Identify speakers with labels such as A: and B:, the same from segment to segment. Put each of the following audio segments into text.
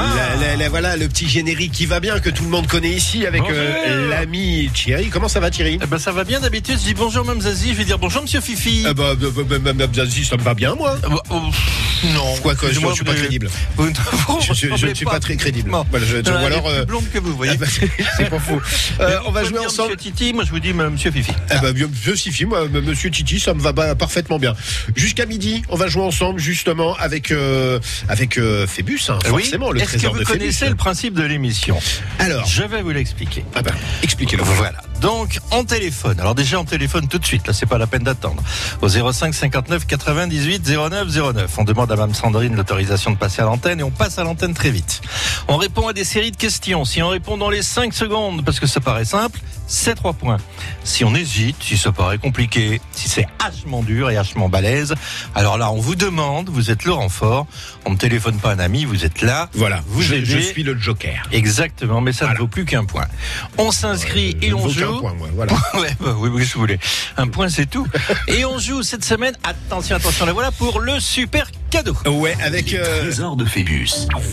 A: Ah, la- la- voilà le petit générique qui va bien, que tout le monde connaît ici avec euh,
B: Bonjour.
A: l'ami Thierry. Comment ça va Thierry
B: Eh ben ça va bien d'habitude, je dis bonjour Mme Zazie, je vais dire bonjour Monsieur Fifi.
A: Ah bah, bah, bah, bah, bah, bah, bah, si, ça me va bien moi.
B: Ah bah, oh, pff, non.
A: Quoique, je,
B: Excusez-moi,
A: je suis
B: vous
A: pas
B: n'avez-
A: crédible.
B: vous ne- vous
A: Je, je- je
B: ressemblez
A: ne suis pas très crédible.
B: Non.
A: Voilà, je- je-
B: Non,
A: ou
B: elle est
A: alors,
B: plus
A: euh,
B: blonde que vous, vous voyez.
A: ah bah, c'est c'est pas fou. Euh, on va
B: Faut
A: jouer
B: dire
A: ensemble.
B: Monsieur Titi, moi je vous dis euh, Monsieur Fifi.
A: Ah bah, monsieur Sifi, moi, m- monsieur Titi, ça me va ba- parfaitement bien. Jusqu'à midi, on va jouer ensemble justement avec euh, avec euh, Phébus, hein,
B: Oui.
A: forcément le
B: Est-ce que
A: trésor
B: vous
A: de Phébus.
B: connaissez le principe de l'émission
A: Alors,
B: Je vais vous l'expliquer.
A: ah bah, expliquez-le.
B: Voilà. Donc en téléphone. Alors déjà en téléphone tout de suite. Là c'est pas la peine d'attendre. Au 05 59 98 09 09. On demande à Mme Sandrine l'autorisation de passer à l'antenne et on passe à l'antenne très vite. On répond à des séries de questions. Si on répond dans les 5 secondes, parce que ça paraît simple, c'est 3 points. Si on hésite, si ça paraît compliqué, si c'est hachement dur et hachement balèze, alors là on vous demande. Vous êtes le renfort. On ne téléphone pas un ami. Vous êtes là.
A: Voilà,
B: Vous
A: je, je
B: aidez.
A: suis le Joker.
B: Exactement, mais ça
A: Voilà.
B: ne vaut plus qu'un point. On s'inscrit
A: Je
B: et
A: ne
B: on
A: vaux qu'un
B: joue.
A: point, moi, voilà.
B: Ouais, bah oui, oui, si vous voulez. Un point, c'est tout. Et on joue cette semaine, attention, attention, la voilà pour le super cadeau.
A: Ouais, avec euh,
C: Trésor de Phébus.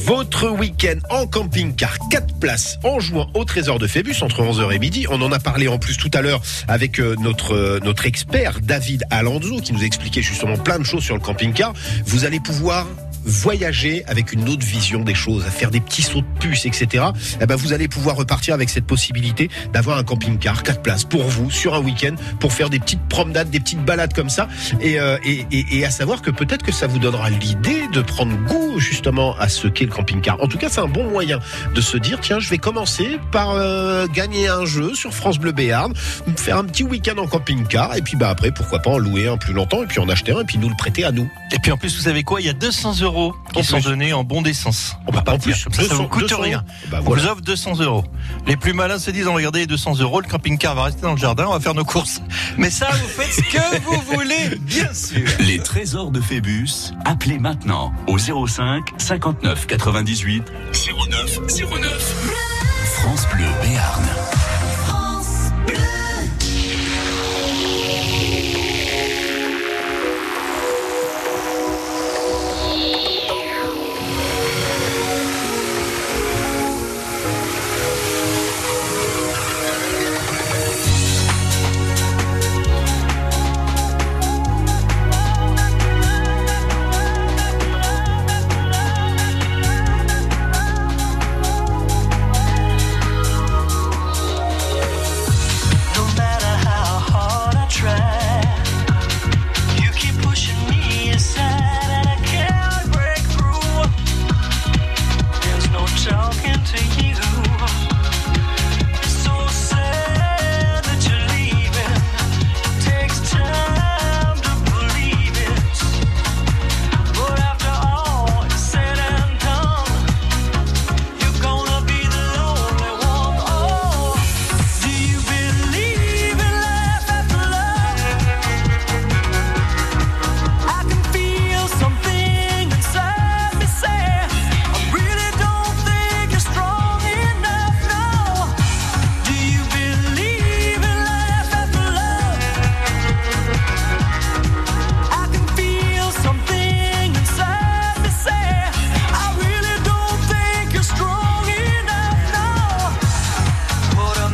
A: votre week-end en camping-car, 4 places en jouant au trésor de Phébus entre 11h et midi. On en a parlé en plus tout à l'heure avec euh, notre, euh, notre expert David Alonso qui nous expliquait justement plein de choses sur le camping-car. Vous allez pouvoir voyager avec une autre vision des choses, à faire des petits sauts de puce, etc. Eh ben, vous allez pouvoir repartir avec cette possibilité d'avoir un camping-car, 4 places pour vous sur un week-end pour faire des petites promenades, des petites balades comme ça. Et, euh, et, et- et à savoir que peut-être que ça vous donnera l'idée de prendre goût justement à ce qu'est le camping-car. En tout cas, c'est un bon moyen de se dire tiens, je vais commencer par euh, gagner un jeu sur France Bleu Béarn, me faire un petit week-end en camping-car, et puis bah après, pourquoi pas en louer un plus longtemps, et puis en acheter un, et puis nous le prêter à nous.
B: Et puis en plus, vous savez quoi Il y a 200 euros qui
A: En
B: sont
A: plus.
B: donnés en bon d'essence.
A: Oh, bah,
B: Par
A: en
B: tiers.
A: plus,
B: Comme ça, ça
A: 200,
B: vous coûte
A: 200,
B: rien.
A: Bah,
B: On
A: voilà.
B: vous offre 200 euros. Les plus malins se disent, regardez les 200 euros, le camping-car va rester dans le jardin, on va faire nos courses. Mais ça, vous faites ce que vous voulez, bien sûr.
C: Les trésors de Phébus. Appelez maintenant au 05 59 98 09 09. France Bleu Béarn.
D: Thank
E: Oh, Oh,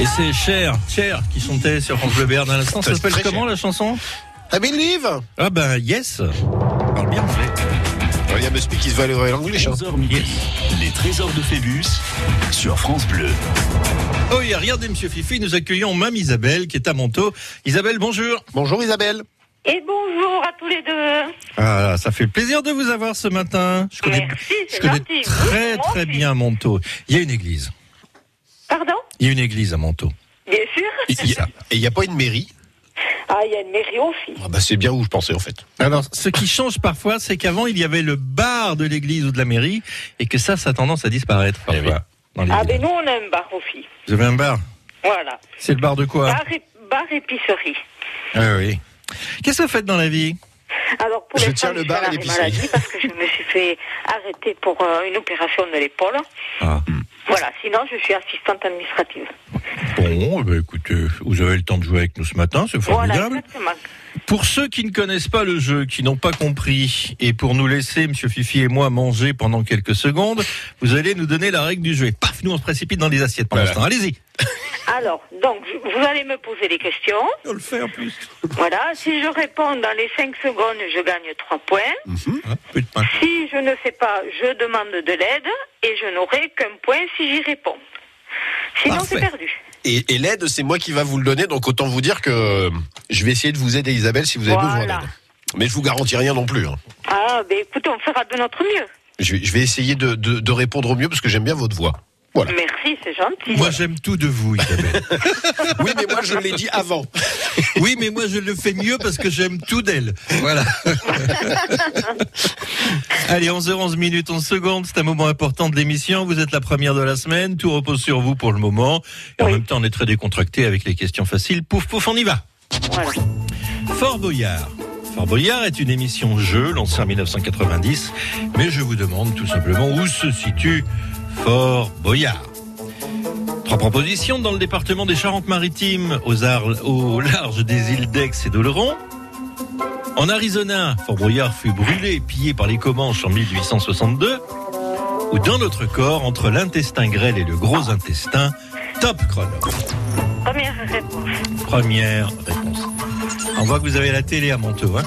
B: Et c'est Cher, Cher, qui chantait sur France Bleu Béarn à l'instant. Ça
A: Très
B: s'appelle
A: cher.
B: comment la chanson
A: I believe.
B: Ah ben yes Parle bien anglais.
A: William Speak is very English.
C: 11h midi, les trésors de Phébus sur France Bleu.
B: Oh oui, regardez Monsieur Fifi, nous accueillons Mme Isabelle qui est à Manteau. Isabelle, bonjour
A: Bonjour Isabelle.
D: Et bonjour à tous les deux.
B: Ah, ça fait plaisir de vous avoir ce matin. Je connais,
D: Merci,
B: je
D: c'est
B: connais
D: gentil.
B: très
D: Oui, moi
B: très
D: aussi.
B: bien Manteau. Il y a une église.
D: Pardon
B: Il y a une église à Manteau.
D: Bien sûr.
A: Il y a- Et il n'y a pas une mairie
D: Ah, il y a une mairie aussi.
A: Ah bah c'est bien où je pensais en fait.
B: Alors, ce qui change parfois, c'est qu'avant, il y avait le bar de l'église ou de la mairie, et que ça, ça a tendance à disparaître
A: Eh oui.
B: parfois. Dans les
D: Ah,
B: villes.
D: ben nous, on a un bar aussi.
B: Vous avez un bar
D: Voilà.
B: C'est le bar de quoi
D: Bar, et- bar épicerie.
B: Ah oui. Qu'est-ce que vous faites dans la vie
D: Alors, pour
A: Je
D: l'instant,
A: tiens le
D: je suis
A: bar
D: à
A: et
D: l'arrêt
A: l'épicerie.
D: maladie parce que je me suis fait arrêter pour euh, une opération de l'épaule.
B: Ah.
D: Voilà. Sinon, je suis assistante administrative.
B: Bon, eh ben, écoutez, vous avez le temps de jouer avec nous ce matin, c'est
D: Voilà,
B: formidable.
D: exactement.
B: Pour ceux qui ne connaissent pas le jeu, qui n'ont pas compris, et pour nous laisser, Monsieur Fifi et moi, manger pendant quelques secondes, vous allez nous donner la règle du jeu. Et paf, nous, on se précipite dans les assiettes pendant
A: Voilà.
B: ce temps. Allez-y.
D: Alors, donc, je- vous allez me poser les questions.
B: On le fait en plus.
D: Voilà. Si je réponds dans les 5 secondes, je gagne 3 points.
A: Mhm.
D: Si je ne sais pas, je demande de l'aide et je n'aurai qu'un point si j'y réponds. Sinon,
B: Parfait.
D: c'est perdu.
A: Et, et l'aide, c'est moi qui va vous le donner, donc autant vous dire que euh, je vais essayer de vous aider Isabelle si vous avez besoin
D: Voilà.
A: d'aide. Mais je vous garantis rien non plus. hein.
D: Ah, ben écoute, on fera de notre mieux.
A: Je, vais- je vais essayer de, de- de répondre au mieux parce que j'aime bien votre voix. Voilà.
D: Merci, c'est gentil.
B: Moi, j'aime tout de vous, Isabelle.
A: Oui, mais moi je l'ai dit avant.
B: Oui, mais moi je le fais mieux parce que j'aime tout d'elle. Voilà. Allez, 11h11 minutes 11 secondes, c'est un moment important de l'émission. Vous êtes la première de la semaine, tout repose sur vous pour le moment. Et en
D: Oui.
B: même temps, on est très décontracté avec les questions faciles. Pouf, pouf, on y va.
D: Voilà.
B: Fort Boyard. Fort Boyard est une émission jeu lancée en 1990, mais je vous demande tout simplement où se situe Fort Boyard. Trois propositions dans le département des Charentes-Maritimes, aux Arles- au large des îles d'Aix et d'Oleron. En Arizona, Fort Boyard fut brûlé et pillé par les Comanches en 1862. Ou dans notre corps, entre l'intestin grêle et le gros intestin, top chrono.
D: Première réponse.
B: Première réponse. On voit que vous avez la télé à Manteau, hein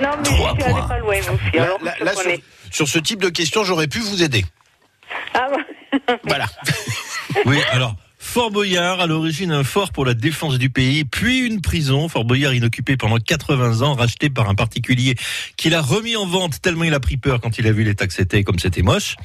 D: Non, mais
C: Trois
D: je suis allée
C: points.
D: pas loin, moi aussi.
A: Là-
D: alors,
A: là-
D: je
A: là, sur,
D: connais.
A: sur ce type de questions, j'aurais pu vous aider.
D: Ah, bon.
A: Voilà.
B: Oui, alors. Fort Boyard, à l'origine un fort pour la défense du pays, puis une prison. Fort Boyard inoccupé pendant 80 ans, racheté par un particulier qui l'a remis en vente tellement il a pris peur quand il a vu les taxes étaient comme c'était moche.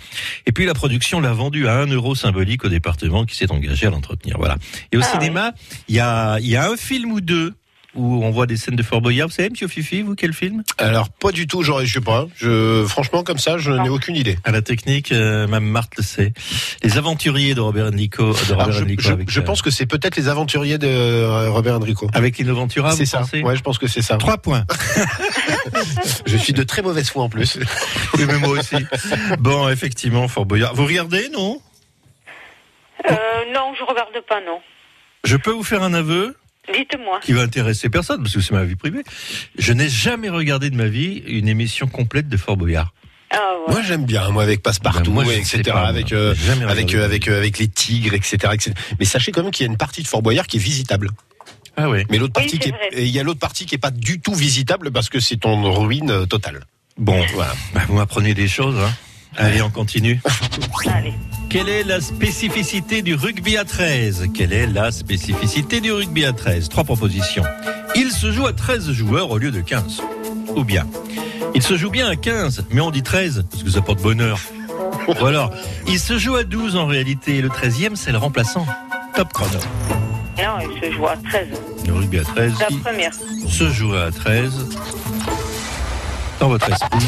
B: Et puis la production l'a vendu à 1 euro symbolique au département qui s'est engagé à l'entretenir. Voilà. Et au
D: Ah,
B: cinéma, il y, a, Ah, il y a un film ou deux où on voit des scènes de Fort Boyard. Vous savez, monsieur Fifi, vous, quel film
A: Alors pas du tout, j'aurais, je sais pas. hein. Je, franchement, comme ça, je n'ai aucune idée.
B: À la technique, euh, Mme Marthe le sait. Les aventuriers de Robert Enrico. De Robert
A: Alors, je,
B: Enrico
A: je-
B: avec,
A: je
B: euh,
A: pense que c'est peut-être les aventuriers de euh, Robert Enrico.
B: Avec Lino Ventura,
A: c'est
B: vous
A: ça.
B: pensez
A: Ouais, je pense que c'est ça.
B: Trois points.
A: Je suis de très mauvaise foi en plus.
B: Oui, mais moi aussi. Bon, effectivement, euh, Fort Boyard. Vous regardez, non
D: Euh, non, je regarde pas, non.
B: Je peux vous faire un aveu
D: Dites-moi.
B: qui va intéresser personne, parce que c'est ma vie privée. Je n'ai jamais regardé de ma vie une émission complète de Fort Boyard.
D: Ah, ouais.
A: Moi j'aime bien, moi avec
B: Ben,
A: passe-partout,
B: moi, je ne
A: etc.
B: sais pas,
A: avec
B: moi.
A: euh,
B: J'ai jamais
A: avec
B: regardé.
A: euh, avec euh, avec les tigres, etc., etc. Mais sachez quand même qu'il y a une partie de Fort Boyard qui est visitable,
B: Ah oui.
A: mais l'autre
D: Oui,
A: partie
D: c'est
A: qui est-
D: vrai.
A: et il y a l'autre partie qui est pas du tout visitable parce que c'est en ruine euh, totale.
B: Bon, voilà. Bah, vous m'apprenez des choses. hein. Allez, on continue.
D: Allez.
B: Quelle est la spécificité du rugby à 13 Quelle est la spécificité du rugby à 13 Trois propositions. Il se joue à 13 joueurs au lieu de 15. Ou bien, il se joue bien à 15, mais on dit 13 parce que ça porte bonheur. Ou alors, il se joue à 12 en réalité, et le 13e, c'est le remplaçant. Top chrono.
D: Non, il se joue à 13.
B: Le rugby à 13,
D: La
B: il
D: première.
B: se joue à 13. Dans votre esprit,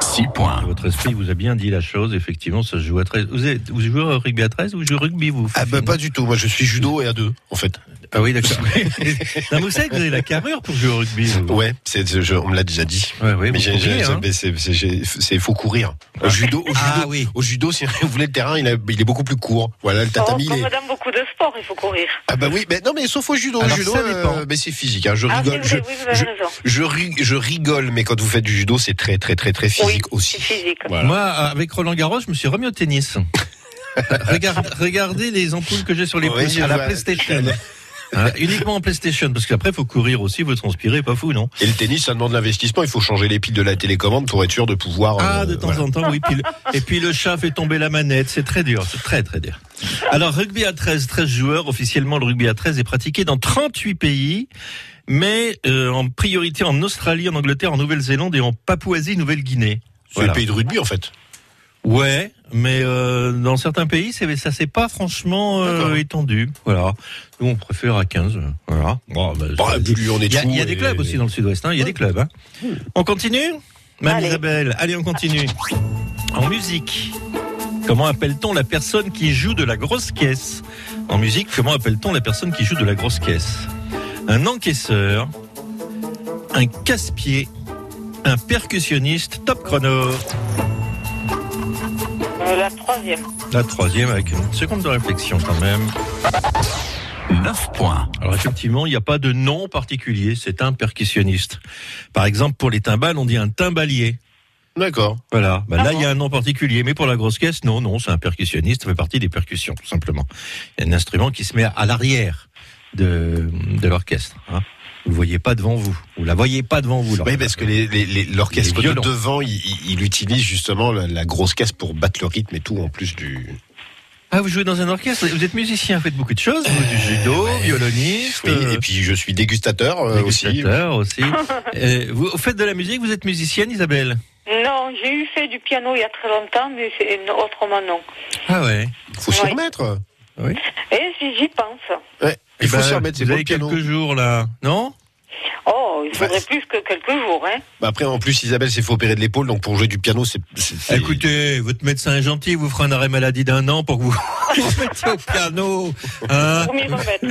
C: 6 points.
B: votre esprit vous a bien dit la chose, effectivement, ça se joue à 13. Vous, êtes, vous jouez au rugby à 13 ou vous jouez au rugby, vous
A: Ah ben
B: Fofine
A: pas du tout. Moi je suis judo et à deux en fait.
B: Ah oui, d'accord. non, mais vous savez que vous avez la carrure pour jouer au rugby. vous.
A: Ouais, c'est c'est- je- on me l'a déjà dit.
B: Ouais, ouais,
A: Mais
B: vous
A: j'ai- j'ai-
B: comprenez, hein.
A: mais c'est c'est- j'ai- c'est- faut courir. Au judo, au judo,
B: Ah oui.
A: au judo, si vous voulez le terrain, il, a- il est beaucoup plus court. Voilà, le tatami.
D: Oh,
A: il est-
D: comme dans beaucoup de sports, il faut courir.
A: Ah bah oui, mais non mais sauf au judo.
B: Alors,
A: au judo,
B: ça dépend.
A: mais c'est physique. hein. Je
D: Ah, c'est
A: rigole.
D: vrai,
A: je-
D: oui, vous avez
A: je-
D: raison.
A: Je, ri- je rigole, mais quand vous faites du judo, c'est très, très, très, très physique
D: oui,
A: aussi.
D: C'est physique.
A: Voilà.
B: Moi, avec Roland Garros, je me suis remis au tennis. Regarde- regardez les ampoules que j'ai sur les
A: Oui,
B: pouces
A: je
B: à la
A: vois.
B: PlayStation. Hein, uniquement en PlayStation, parce qu'après, faut courir aussi, faut transpirer, pas fou, non
A: Et le tennis, ça demande l'investissement. Il faut changer les piles de la télécommande pour être sûr de pouvoir.
B: Ah,
A: euh,
B: de temps
A: voilà.
B: en temps, oui. puis le- et puis le chat fait tomber la manette. C'est très dur, c'est très très dur. Alors, rugby à 13, 13 joueurs. Officiellement, le rugby à 13 est pratiqué dans 38 pays, mais euh, en priorité en Australie, en Angleterre, en Nouvelle-Zélande et en Papouasie-Nouvelle-Guinée.
A: C'est
B: Voilà.
A: le pays de rugby en fait.
B: Ouais, mais euh, dans certains pays, c'est, ça s'est pas franchement euh,
A: D'accord.
B: étendu. Voilà. Nous, on préfère à 15. euh, Voilà. Bon, bah,
A: Bah,
B: ça-
A: plus on est
B: il y a,
A: tout
B: il y a des
A: et- Hmm.
B: clubs aussi dans le sud-ouest, hein, il y a des clubs. hein. On continue Mme
F: Allez.
B: Isabelle, allez, on continue. En musique, comment appelle-t-on la personne qui joue de la grosse caisse En musique, comment appelle-t-on la personne qui joue de la grosse caisse Un encaisseur, un casse-pied, un percussionniste, top chrono.
D: Euh, la troisième.
B: La troisième avec une seconde de réflexion quand même.
C: 9 points.
B: Alors effectivement, il n'y a pas de nom particulier, c'est un percussionniste. Par exemple, pour les timbales, on dit un timbalier.
A: D'accord.
B: Voilà. Bah,
D: Ah
B: là,
D: bon
B: il y a un nom particulier, mais pour la grosse caisse, non, non, c'est un percussionniste, ça fait partie des percussions, tout simplement. Il y a un instrument qui se met à, à l'arrière de, de l'orchestre. hein. Vous ne voyez pas devant vous. Vous la voyez pas devant vous.
A: Oui,
B: l'orchestre.
A: parce que les- les- les- l'orchestre
B: Les
A: de
B: violons.
A: devant, il, il- il utilise justement la, la grosse caisse pour battre le rythme et tout, en plus du.
B: Ah, vous jouez dans un orchestre, vous êtes musicien, vous faites beaucoup de choses, vous, du judo, violoniste,
A: Euh, Oui,
B: euh,
A: et puis je suis dégustateur, euh, aussi.
B: dégustateur aussi. Euh, vous faites de la musique, vous êtes musicienne, Isabelle
D: Non, j'ai eu fait du piano il y a très longtemps, mais c'est- non, autrement non.
B: Ah ouais.
A: Faut s'y
D: Ouais.
A: remettre.
D: Et si Eh, j'y pense.
A: Ouais. Il
B: Eh
A: faut
B: ben,
A: s'y remettre, c'est
B: Vous
A: bon
B: avez
A: le piano.
B: quelques jours là, non
D: Oh, il
A: Bah,
D: faudrait plus que quelques jours, hein.
A: Bah après, en plus, Isabelle s'est fait opérer de l'épaule, donc pour jouer du piano, c'est. c'est- c'est-
B: Écoutez, votre médecin est gentil, il vous fera un arrêt maladie d'un an pour que vous vous mettiez au piano. hein.
D: Pour m'y remettre.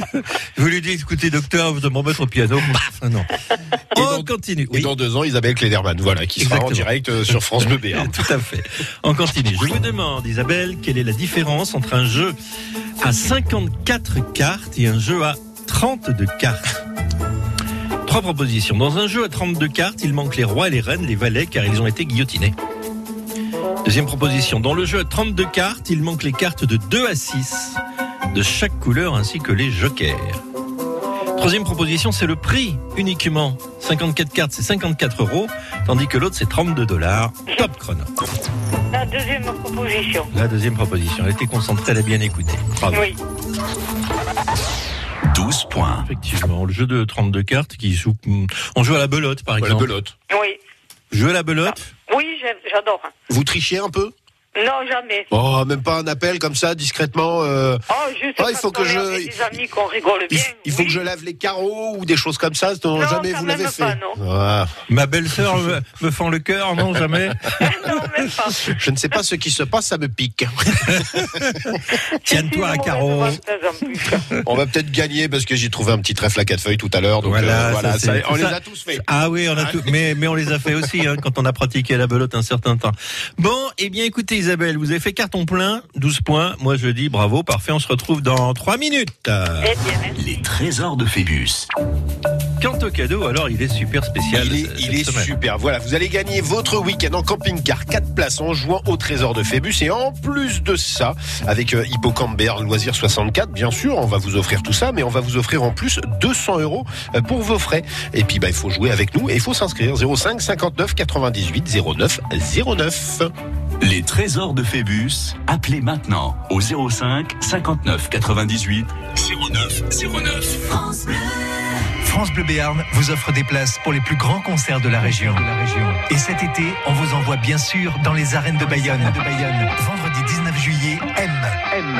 B: vous lui dites, écoutez docteur, vous allez me remettre au piano. Paf, un an.
A: Et
B: On
A: dans-
B: continue.
A: Et
B: Oui,
A: dans deux ans, Isabelle Klederman, voilà, qui sera en
B: Exactement.
A: direct euh, sur France Bleu Béarn.
B: tout à fait. On continue. Je vous demande, Isabelle, quelle est la différence entre un jeu à 54 cartes et un jeu à 32 cartes Trois propositions. Dans un jeu à 32 cartes, il manque les rois, les reines, les valets, car ils ont été guillotinés. Deuxième proposition. Dans le jeu à 32 cartes, il manque les cartes de 2 à 6 de chaque couleur ainsi que les jokers. Troisième proposition, c'est le prix uniquement. 54 cartes, c'est 54 euros, tandis que l'autre, c'est 32 dollars. Top chrono.
D: La deuxième proposition.
B: La deuxième proposition, elle était concentrée, elle a bien écouté. Bravo.
D: Oui.
C: 12 points.
B: Effectivement, le jeu de 32 cartes qui joue... On joue à la belote, par
A: Voilà,
B: exemple.
A: belote.
D: Oui.
B: Jeu à la belote
D: Oui, j'ai- j'adore.
A: Ah. Vous trichez un peu
D: Non, jamais.
A: Oh, même pas un appel comme ça, discrètement. euh,
D: Oh, je sais
A: Ah,
D: pas
A: il faut
D: qu'on
A: que
D: est
A: je-
D: avec des amis qu'on rigole
A: il,
D: bien.
A: il faut
D: oui.
A: que je lave les carreaux ou des choses comme ça. Non,
D: Non,
A: jamais
D: quand
A: vous l'avez
D: même
A: fait.
D: pas, non.
A: Ah,
B: Ma belle-sœur euh, me, me fend le cœur, non, jamais
D: non, même pas.
A: je ne sais pas ce qui se passe, ça me pique.
B: Tienne-toi à
D: Je suis une
B: carreau.
D: mauvaise venteuse en plus.
A: On va peut-être gagner parce que j'ai trouvé un petit trèfle à quatre feuilles tout à l'heure. Donc
B: Voilà,
A: euh, voilà,
B: ça,
A: ça-
B: c'est-
A: on
B: ça-
A: les a tous Hein fait.
B: Ah oui, on a tout, mais, mais on les a fait aussi hein, quand on a pratiqué la belote un certain temps. Bon, eh bien écoutez Isabelle, vous avez fait carton plein, 12 points. Moi je dis bravo, parfait, on se retrouve dans 3 minutes. Euh,
D: Eh bien, hein.
C: Les trésors de Phébus.
B: Quant au cadeau, alors il est super spécial. euh,
A: Il est,
B: cette
A: il est
B: semaine.
A: super. Voilà, vous allez gagner votre week-end en camping-car 4 places en jouant au trésor de Phébus. Et en plus de ça, avec euh, Hippocampe Béarn Loisirs 64, bien sûr, on va vous offrir tout ça, mais on va vous offrir en plus 200 euros euh, pour vos frais. Et puis, bah, il faut jouer avec nous et il faut s'inscrire 05 59 98 09 09.
C: Les trésors de Phébus. Appelez maintenant au 05 59 98 09 09.
G: France Bleu Béarn vous offre des places pour les plus grands concerts de la région. Et cet été, on vous envoie bien sûr dans les arènes de Bayonne. Vendredi 19 juillet, M.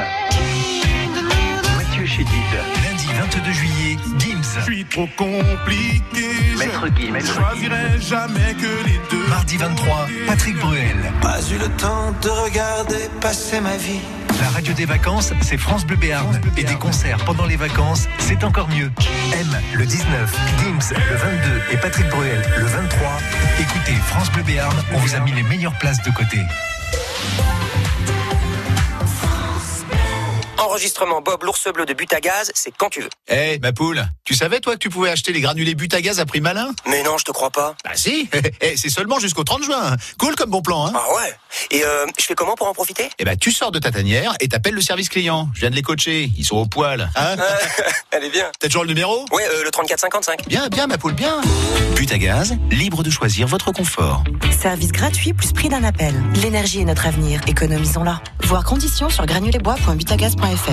H: Mathieu Chédid,
G: Lundi 22 juillet, Gims.
I: suis trop compliqué.
H: Maître Guy,
I: Je
H: Maître Guy.
I: choisirai jamais que les deux.
G: Mardi 23, Patrick Bruel.
J: Pas eu le temps de regarder passer ma vie.
G: La radio des vacances, c'est France Bleu Béarn. Et des concerts pendant les vacances, c'est encore mieux. M, le 19, Gims, le 22 et Patrick Bruel, le 23. Écoutez, France Bleu Béarn, on vous a mis les meilleures places de côté.
F: Enregistrement Bob l'ours bleu de but à gaz, c'est quand tu veux.
K: Eh, ma poule, tu savais toi que tu pouvais acheter les granulés but à gaz à prix malin
F: Mais non, je te crois pas.
K: Bah si, Eh, c'est seulement jusqu'au 30 juin. Cool comme bon plan, hein
F: Ah ouais Et euh, je fais comment pour en profiter
K: Eh ben, tu sors de ta tanière et t'appelles le service client. Je viens de les coacher, ils sont au poil. Hein
F: Elle est bien.
K: T'as toujours le numéro
F: Ouais, euh, le 3455.
K: Bien, bien, ma poule, bien. But à gaz, libre de choisir votre confort.
L: Service gratuit plus prix d'un appel. L'énergie est notre avenir, économisons-la. Voir conditions sur granulébois.butagaz.fr.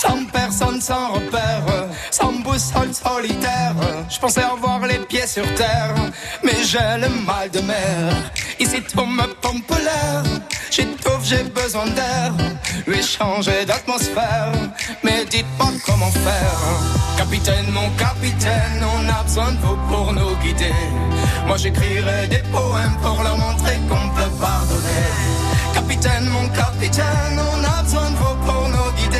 M: Sans personne, sans repère, sans boussole solitaire. Je pensais avoir les pieds sur terre, mais j'ai le mal de mer. Ici, on me pompe l'air. J'étouffe, j'ai besoin d'air. Lui changer d'atmosphère, mais dites-moi comment faire. Capitaine, mon capitaine, on a besoin de vous pour nous guider. Moi, j'écrirai des poèmes pour leur montrer qu'on peut pardonner. Capitaine, mon capitaine, on a besoin de vous pour nous guider.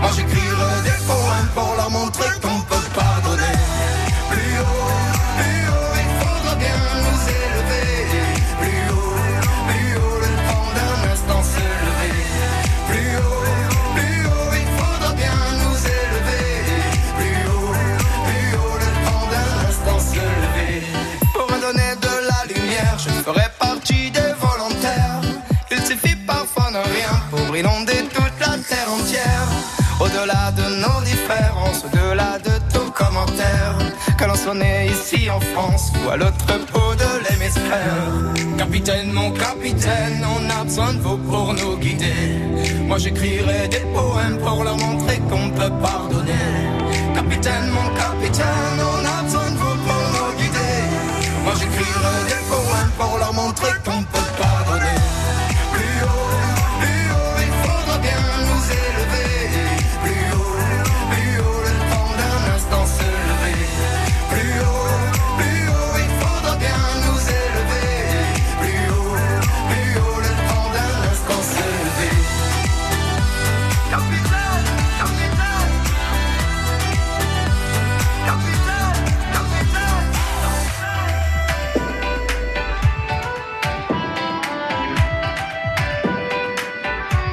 M: Moi j'écrirai des poèmes pour leur montrer qu'on peut pardonner. Plus haut, plus haut, il faudra bien nous élever. Plus haut, plus haut, le temps d'un instant se lever. Plus haut, plus haut, il faudra bien nous élever. Plus haut, plus haut, le temps d'un instant se lever. Pour me donner de la lumière, je ferai partie des volontaires. Il suffit parfois de rien pour inonder toute la terre entière. Au-delà de nos différences, au-delà de tout commentaire, que l'on soit né ici en France ou à l'autre bout de l'hémisphère. Capitaine, mon capitaine, on a besoin de vous pour nous guider. Moi j'écrirai des poèmes pour leur montrer qu'on peut pardonner. Capitaine, mon capitaine, on a besoin de vous pour nous guider. Moi j'écrirai des poèmes pour leur montrer qu'on peut pardonner. Plus haut, plus haut, il faudra bien nous élever. Plus haut, plus haut, le temps d'un instant se lever. Plus haut, plus haut, il faudra bien nous élever. Plus haut, plus haut, le temps d'un instant se lever. Capitaine, capitaine, capitaine, capitaine.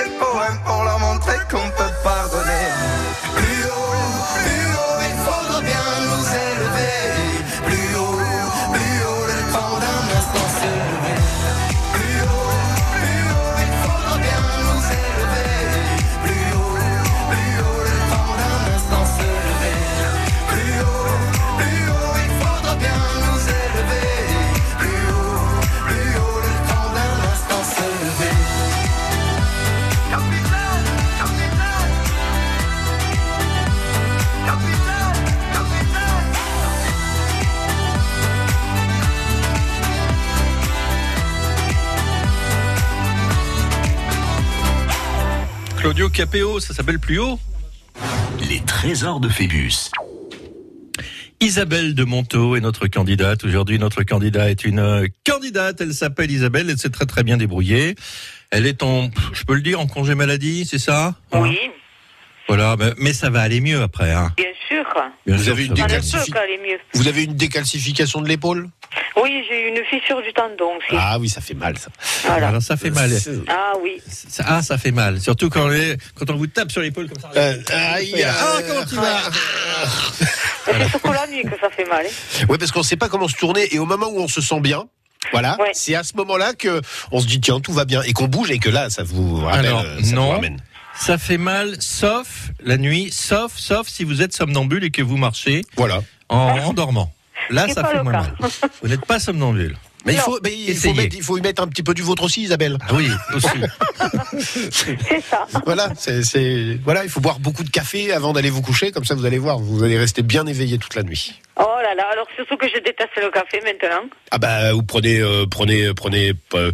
M: des poèmes pour leur montrer qu'on peut pardonner. Plus haut, plus haut, il faudra bien nous élever. Plus haut, plus haut, le temps d'un instant se lever. Plus haut, plus haut, il faudra bien nous élever. Plus haut, plus haut, le temps d'un instant se lever. Plus haut, plus haut, il faudra bien nous élever. Plus haut, plus haut, le temps d'un instant se lever. Capitaine, capitaine, capitaine, capitaine.
B: Claudio Capéo, ça s'appelle plus haut
C: Les trésors de Phébus.
B: Isabelle de Monteau est notre candidate. Aujourd'hui, notre candidat est une euh, candidate. Elle s'appelle Isabelle. Elle s'est très très bien débrouillée. Elle est en, pff, je peux le dire, en congé maladie, c'est ça
D: Oui,
B: Voilà, ben, mais ça va aller mieux après. Hein.
D: bien sûr.
B: Bien
K: Vous
B: sûr,
K: avez
B: ça
K: une
B: va.
D: On ne
K: décalcifi-
D: peut qu'aller mieux.
K: Vous avez une décalcification de l'épaule
D: Oui, j'ai eu une fissure du tendon aussi.
K: Ah oui, ça fait mal ça.
D: voilà.
B: Alors ça fait mal.
D: Ah oui.
B: Ça- Ah, ça fait mal. Surtout quand, les- quand on vous tape sur l'épaule comme ça.
A: Euh, aïe,
B: Ah, comment tu vas
D: C'est surtout la nuit que ça fait mal. hein.
A: Ouais, parce qu'on ne sait pas comment se tourner et au moment où on se sent bien. Voilà,
D: Ouais.
A: c'est à ce moment-là que on se dit tiens tout va bien et qu'on bouge et que là ça vous rappelle,
B: Alors,
A: euh, ça
B: non.
A: vous ramène.
B: Ça fait mal, sauf la nuit, sauf, sauf si vous êtes somnambule et que vous marchez
A: Voilà.
B: en, en dormant. Là,
D: C'est
B: ça
D: pas
B: fait
D: le
B: moins
D: cas.
B: mal. Vous n'êtes pas somnambule.
A: Mais il
D: Non.
A: faut, mais il faut
B: Essayez.
A: mettre, il faut y mettre un petit peu du vôtre aussi Isabelle.
B: Ah oui, aussi.
D: C'est ça.
A: Voilà, c'est- c'est voilà, il faut boire beaucoup de café avant d'aller vous coucher, comme ça vous allez voir, vous allez rester bien éveillé toute la nuit.
D: Oh là là, alors surtout que je déteste le café maintenant.
A: Ah bah vous prenez euh, prenez prenez euh,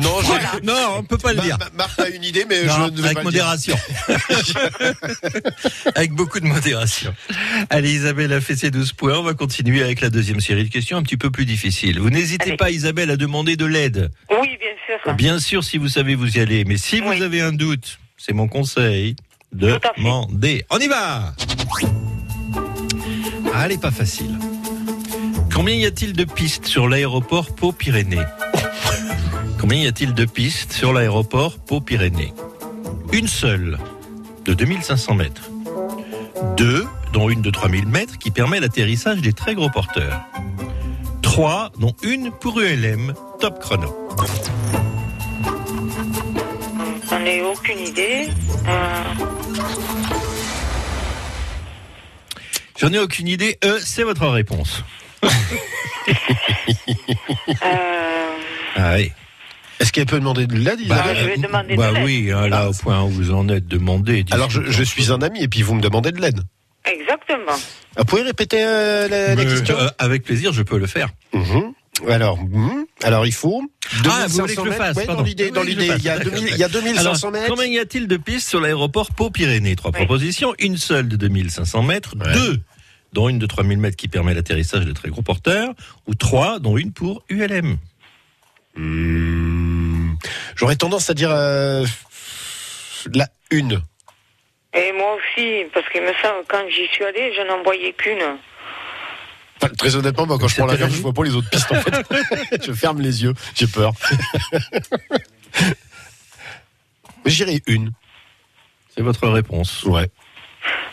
A: Non, j'ai-
B: non, on peut pas le
A: Ma-
B: dire.
A: ma- Marc a une idée, mais
B: Non,
A: je ne vais
B: avec
A: pas le dire.
B: modération. avec beaucoup de modération. Allez, Isabelle a fait ses 12 points. On va continuer avec la deuxième série de questions un petit peu plus difficile. Vous n'hésitez pas, Isabelle, à demander de l'aide.
D: Oui, bien sûr.
B: Bien sûr, si vous savez, vous y allez. Mais si vous avez un doute, c'est mon conseil, demandez. On y va Allez, pas facile. Combien y a-t-il de pistes sur l'aéroport Pau-Pyrénées Combien y a-t-il de pistes sur l'aéroport Pau-Pyrénées Une seule, de 2500 mètres. Deux, dont une de 3000 mètres, qui permet l'atterrissage des très gros porteurs. Trois, dont une pour ULM, top chrono.
D: J'en ai aucune idée. Euh,
B: J'en ai aucune idée. E, c'est votre réponse. Ah oui.
A: Est-ce qu'elle peut demander de l'aide Isabelle
D: je vais demander de
B: bah
D: l'aide.
B: oui, hein, là, au point où vous en êtes demandé.
A: Alors, je, je suis un ami et puis vous me demandez de l'aide.
D: Exactement.
A: Vous pouvez répéter euh, la, la
B: Mais,
A: question
B: euh, Avec plaisir, je peux le faire.
A: Mhm. Alors, mhm. alors, il faut.
B: Ah, vous
A: 2500
B: voulez que je le
A: mètres.
B: fasse
A: Ouais,
B: pardon.
A: Dans l'idée,
B: Oui,
A: dans
B: je le
A: l'idée,
B: fasse,
A: il y a
B: d'accord,
A: 2000 il y a
B: d'accord.
A: 2500
B: Alors,
A: mètres.
B: Combien y a-t-il de pistes sur l'aéroport Pau-Pyrénées Trois propositions. Une seule de 2500 mètres, deux, dont une de 3000 mètres qui permet l'atterrissage de très gros porteurs, ou trois, dont une pour ULM.
A: hmm, J'aurais tendance à dire euh, la une.
D: Et moi aussi, parce qu'il me semble que quand j'y suis allée, je n'en voyais qu'une.
A: Enfin, très honnêtement, moi, quand je prends l'avion, je vois pas les autres pistes. En fait, je ferme les yeux, j'ai peur. J'irai une.
B: C'est votre réponse.
A: Ouais.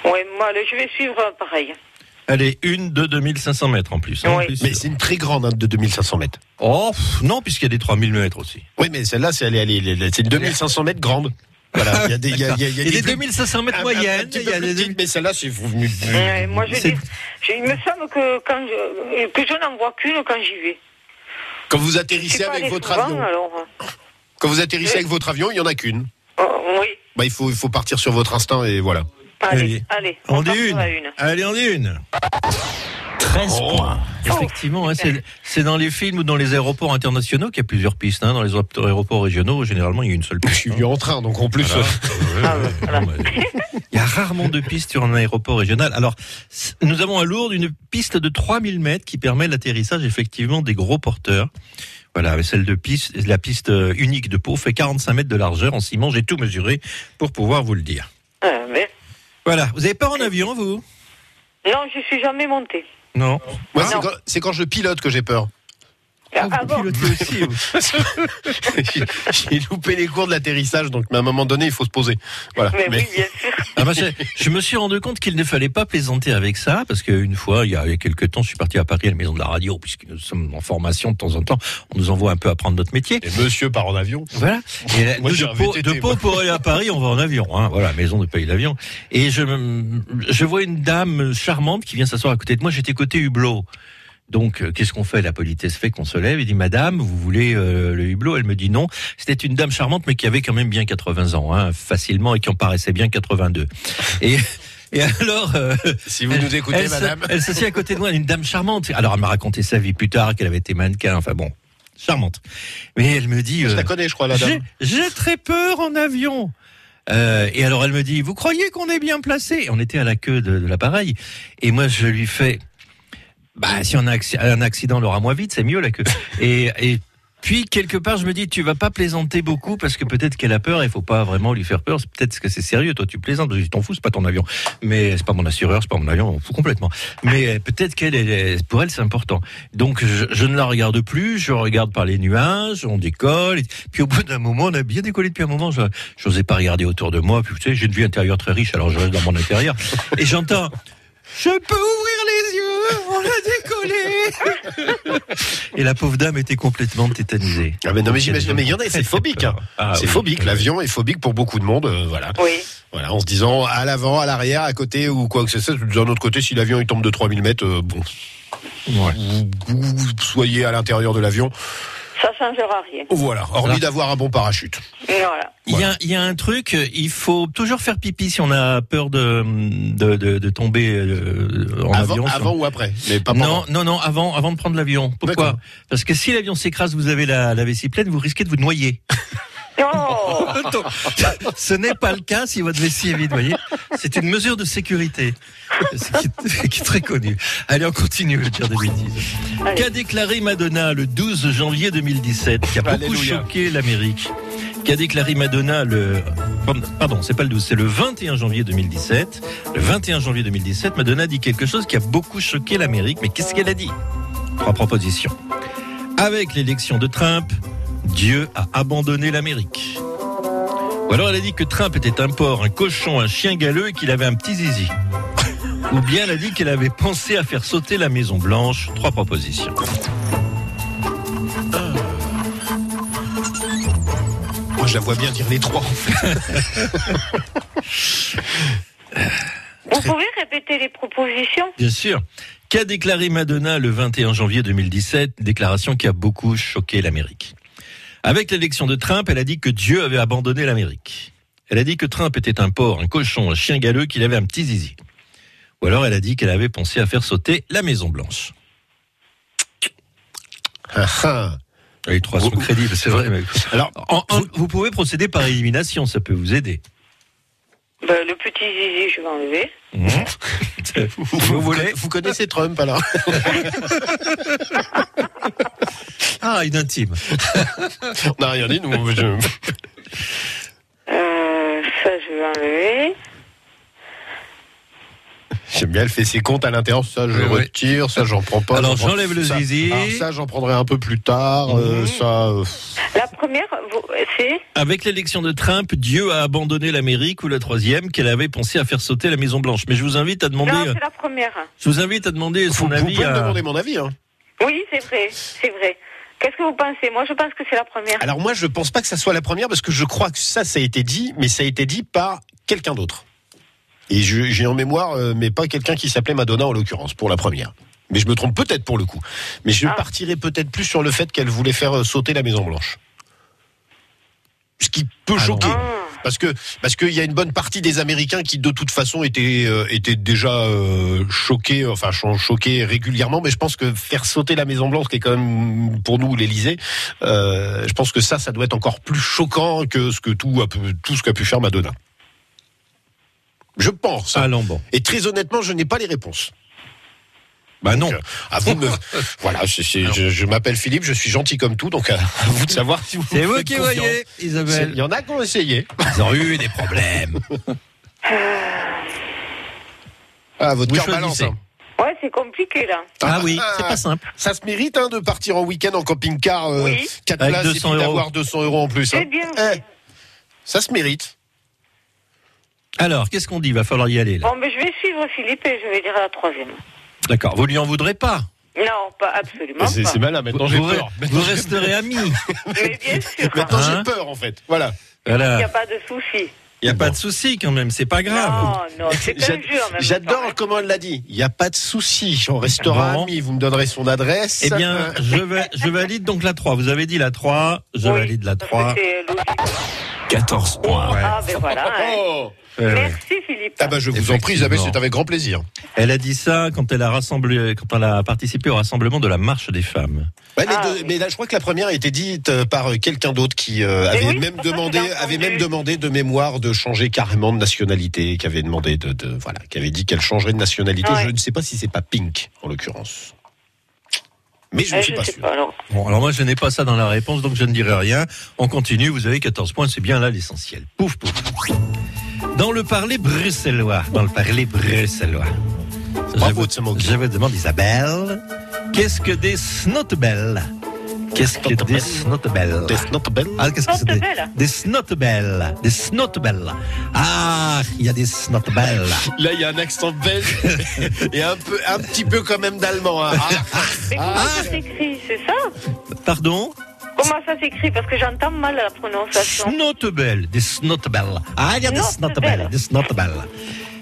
D: Oui, moi, le- je vais suivre euh, pareil.
B: Elle est une de 2500 mètres en plus. hein, en plus.
A: Mais c'est une très grande hein, de 2500 mètres.
B: Oh pff, non, puisqu'il y a des 3000 mètres aussi.
A: Oui, mais celle-là, c'est elle est- elle est- elle est- c'est une 2500 mètres grande. Voilà, il y a des, il y a- il y a- il y a
B: Et des
A: plus-
B: 2500 mètres
A: un- un-
B: moyennes,
A: un petit
B: il
A: peu
B: y a
A: plus
B: des-
A: petites, mais celle-là, c'est vous venez.
D: Ouais, moi, je dis, je- il me semble que quand je, que je n'en vois qu'une quand j'y vais.
A: Quand vous
D: Je suis
A: atterrissez
D: pas
A: avec
D: allée
A: votre
D: souvent,
A: avion,
D: alors.
A: quand vous atterrissez avec votre avion, il y en a qu'une.
D: euh, oui.
A: Bah, il faut, il faut partir sur votre instinct et voilà.
D: Allez, allez.
B: On dit
D: part sur
B: une.
D: la une.
B: Allez, on dit une. 13 points. Effectivement, hein, c'est- c'est dans les films ou dans les aéroports internationaux qu'il y a plusieurs pistes. hein. Dans les aéroports régionaux, généralement, il y a une seule piste. hein. Je suis
A: venu en train, donc en plus. euh,
B: Ah, Il y a rarement deux pistes sur un aéroport régional. Alors, c- nous avons à Lourdes une piste de 3000 mètres qui permet l'atterrissage effectivement des gros porteurs. Voilà, mais celle de piste, la piste euh, unique de Pau fait 45 mètres de largeur en ciment. J'ai tout mesuré pour pouvoir vous le dire.
D: Ah, mais-
B: Voilà. Vous avez peur en avion, vous
D: Non, je suis jamais montée.
B: Non.
A: Moi, c'est quand- c'est quand, je pilote que j'ai peur.
D: Ah, bon
A: J'ai- J'ai loupé les cours de l'atterrissage, donc à un moment donné, il faut se poser. Voilà.
D: Mais oui, bien
B: Ah bah, c'est- je me suis rendu compte qu'il ne fallait pas plaisanter avec ça, parce qu'une fois, il y a il y a quelques temps, je suis parti à Paris à la maison de la radio, puisque nous sommes en formation de temps en temps, on nous envoie un peu apprendre notre métier.
A: Et monsieur part en avion.
B: Voilà. Et là,
A: Moi,
B: nous,
A: j'ai
B: de
A: un
B: Pau,
A: VTT,
B: de Pau
A: moi.
B: pour aller à Paris, on va en avion. Hein. Voilà, maison de paye l'avion. Et je, me- je vois une dame charmante qui vient s'asseoir à côté de moi. J'étais côté hublot. Donc, euh, qu'est-ce qu'on fait La politesse fait qu'on se lève. Il dit, Madame, vous voulez euh, le hublot Elle me dit non. C'était une dame charmante, mais qui avait quand même bien 80 ans, hein, facilement, et qui en paraissait bien 82. Et... Et alors, euh,
A: si vous nous écoutez, madame.
B: elle s'assied à côté de moi, une dame charmante. Alors, elle m'a raconté sa vie plus tard, qu'elle avait été mannequin. Enfin bon, charmante. Mais elle me dit.
A: Je la
B: euh,
A: connais, je crois, la dame.
B: j'ai- J'ai très peur en avion. Euh, et alors elle me dit, vous croyez qu'on est bien placé On était à la queue de, de l'appareil. Et moi je lui fais, bah si on a acc- un accident, on l'aura moins vite, c'est mieux la queue. Et, et puis quelque part je me dis, tu vas pas plaisanter beaucoup parce que peut-être qu'elle a peur. Il faut pas vraiment lui faire peur. C'est Peut-être que c'est sérieux. Toi tu plaisantes, je dis, t'en fous, c'est pas ton avion. Mais c'est pas mon assureur, c'est pas mon avion, on fout complètement. Mais euh, peut-être qu'elle, elle est- pour elle c'est important. Donc je, je ne la regarde plus, je regarde par les nuages, on décolle. Et puis au bout d'un moment, on a bien décollé depuis un moment. Je n'osais pas regarder autour de moi. Puis vous savez, j'ai une vie intérieure très riche, alors je reste dans mon intérieur. Et j'entends. Je peux ouvrir les yeux, on a décollé. Et la pauvre dame était complètement tétanisée.
A: Ah mais non mais j'imagine mais il y en a c'est phobique hein.
B: Ah,
A: c'est
B: oui.
A: phobique l'avion est phobique pour beaucoup de monde euh, voilà. Voilà en se disant à l'avant à l'arrière à côté ou quoi que ce soit d'un autre côté si l'avion il tombe de 3000 mètres euh, bon vous, vous- vous soyez à l'intérieur de l'avion
D: Ça changera rien.
A: Voilà, hormis
B: Voilà.
A: d'avoir un bon parachute.
D: Voilà.
B: Il y, a, il y a un truc, euh, il faut toujours faire pipi si on a peur de de, de, de tomber euh, en
A: Avant-
B: avion. si
A: avant
B: on-
A: ou après, mais pas pendant.
B: non, non, non, avant, avant de prendre l'avion. Pourquoi Parce que si l'avion s'écrase, vous avez la, la vessie pleine, vous risquez de vous noyer. Donc, Ce n'est pas le cas si votre vessie est vide, voyez. C'est une mesure de sécurité ce qui, est, qui est très connue. Allez, on continue le dire des bêtises. Qu'a déclaré Madonna le 12 janvier 2017, qui a beaucoup
E: Alléluia.
B: choqué l'Amérique Qu'a déclaré Madonna le... Pardon, c'est pas le 12, c'est le 21 janvier 2017. Le 21 janvier 2017, Madonna a dit quelque chose qui a beaucoup choqué l'Amérique. Mais qu'est-ce qu'elle a dit Trois propositions. Avec l'élection de Trump, Dieu a abandonné l'Amérique. Ou alors elle a dit que Trump était un porc, un cochon, un chien galeux et qu'il avait un petit zizi. Ou bien elle a dit qu'elle avait pensé à faire sauter la Maison Blanche. Trois propositions.
A: Moi, je la vois bien dire les trois.
D: Vous pouvez répéter les propositions
B: Bien sûr. Qu'a déclaré Madonna le 21 janvier 2017 Déclaration qui a beaucoup choqué l'Amérique. Avec l'élection de Trump, elle a dit que Dieu avait abandonné l'Amérique. Elle a dit que Trump était un porc, un cochon, un chien galeux, qu'il avait un petit zizi. Ou alors elle a dit qu'elle avait pensé à faire sauter la Maison Blanche. Les trois sont crédibles, c'est vrai. mais-
A: Alors,
B: en- en- vous pouvez procéder par élimination, ça peut vous aider.
D: Ben, Le petit zizi, je vais enlever.
A: vous, voulez Vous connaissez Trump alors
B: Ah, une intime.
A: on n'a rien dit, nous. je-
D: Euh, ça, je vais enlever.
A: J'aime bien, elle fait ses comptes à l'intérieur. Ça, je retire. Ça, j'en prends pas.
B: Alors,
A: j'en prends-
B: j'enlève le
A: ça-
B: zizi. Mhm.
A: alors, ça, j'en prendrai un peu plus tard. euh, ça. euh,
D: La première, vous- c'est
B: Avec l'élection de Trump, Dieu a abandonné l'Amérique ou la troisième qu'elle avait pensé à faire sauter la Maison Blanche. Mais je vous invite à demander, euh,
D: Non, c'est la première.
B: je vous invite à demander son
A: vous
B: avis.
A: pouvez
B: à...
A: me demander mon avis. hein.
D: Oui, c'est vrai, c'est vrai. Qu'est-ce que vous pensez Moi, je pense que c'est la première.
A: Alors moi, je pense pas que ça soit la première parce que je crois que ça, ça a été dit, mais ça a été dit par quelqu'un d'autre. Et je- j'ai en mémoire, euh, mais pas quelqu'un qui s'appelait Madonna en l'occurrence pour la première. Mais je me trompe peut-être pour le coup. Mais
D: Ah.
A: je partirais peut-être plus sur le fait qu'elle voulait faire euh, sauter la Maison Blanche. Ce qui peut choquer. Parce que parce qu'il y a une bonne partie des Américains qui de toute façon étaient euh, étaient déjà euh, choqués, enfin sont choqués régulièrement. Mais je pense que faire sauter la Maison Blanche, qui est quand même pour nous l'Élysée, euh, je pense que ça, ça doit être encore plus choquant que ce que tout a pu- tout ce qu'a pu faire Madonna. Je pense.
B: Allons bon.
A: Et très honnêtement, je n'ai pas les réponses. euh,
B: Bah non.
A: à vous de me... voilà, c'est- c'est- je, je m'appelle Philippe, je suis gentil comme tout, donc euh, à vous de savoir si vous.
B: C'est
A: me
B: vous
A: faites
B: qui
A: confiance.
B: voyez, Isabelle.
A: C'est- Il y en a qui ont essayé.
B: Ils ont eu des problèmes.
A: Ah, votre
B: Vous
A: cœur balance.
B: choisissez.
A: hein.
D: Ouais, c'est compliqué là.
B: Ah oui, c'est pas simple.
A: Ça se mérite hein, de partir en week-end en camping-car, euh,
D: Oui.
A: quatre
B: Avec
A: places et
B: 200
A: puis
B: euros.
A: d'avoir 200 euros en plus. hein.
D: C'est bien.
A: Eh, ça se mérite.
B: Alors, qu'est-ce qu'on dit Il va falloir y aller. là.
D: Bon, mais je vais suivre Philippe et je vais dire la troisième.
B: D'accord. Vous lui en voudrez pas.
D: Non, pas
B: Bah,
D: absolument pas.
A: malin, maintenant j'ai
B: vous, re-
A: peur.
B: vous resterez amis.
D: Mais bien sûr, il
A: Maintenant
B: Hein
A: j'ai peur en fait. Voilà.
D: n'y a
B: Voilà.
D: pas de souci.
B: Il y a pas de souci quand même. C'est pas grave.
D: Non, non, c'est un
A: J'ad-
D: jeu en même temps.
A: J'adore comment elle l'a dit. Il n'y a pas de souci. On restera
B: Bon.
A: amis. Vous me donnerez son adresse.
B: Eh bien, je, va- je valide donc la 3. Vous avez dit la 3, je
D: Oui,
B: valide la
D: parce
B: 3.
D: que c'est logique.
C: 14 points.
D: Ah, ben voilà. hein.
A: Oh
B: Ouais, ouais.
D: Merci Philippe.
A: Ah bah je vous en prie, Isabelle, c'est avec grand plaisir.
B: Elle a dit ça quand elle a rassemblé, quand elle a participé au rassemblement de la marche des femmes.
A: Ouais, les
D: Ah,
A: deux-
D: oui.
A: Mais là, je crois que la première a été dite euh, par euh, quelqu'un d'autre qui euh,
D: Eh
A: avait
D: oui,
A: même
D: c'est pour ça que
A: demandé,
D: j'ai entendu.
A: avait même demandé de mémoire de changer carrément de nationalité, qui avait demandé de, de- voilà, qui avait dit qu'elle changerait de nationalité.
D: Ouais.
A: Je ne sais pas si c'est pas Pink en l'occurrence, mais je
D: Eh,
A: ne
D: je
A: suis pas
D: sais
A: sûr.
D: pas, alors.
B: Bon, alors moi je n'ai pas ça dans la réponse, donc je ne dirai rien. On continue, vous avez 14 points, c'est bien là l'essentiel. Pouf, pouf. Dans le parler bruxellois, dans le parler bruxellois.
A: Bravo
B: je,
A: de se moquer.
B: je vous demande Isabelle, qu'est-ce que des snotbelles Qu'est-ce que des snotbelles
A: Death Not Bell.
B: Ah, qu'est-ce que c'est des,
D: Snotebelles.
B: des snotbelles, des snotbelles. Ah, il y a des snotbelles.
A: Là, il y a un accent belge et un peu, un petit peu quand même d'allemand. hein. Ah,
D: Mais comment ça s'écrit, c'est ça
B: Pardon
D: Comment ça s'écrit Parce que j'entends mal la prononciation.
B: Snotebelles, des snotebelles. Ah, il y a des
D: Snotebelles.
B: snotebelles, des snotebelles.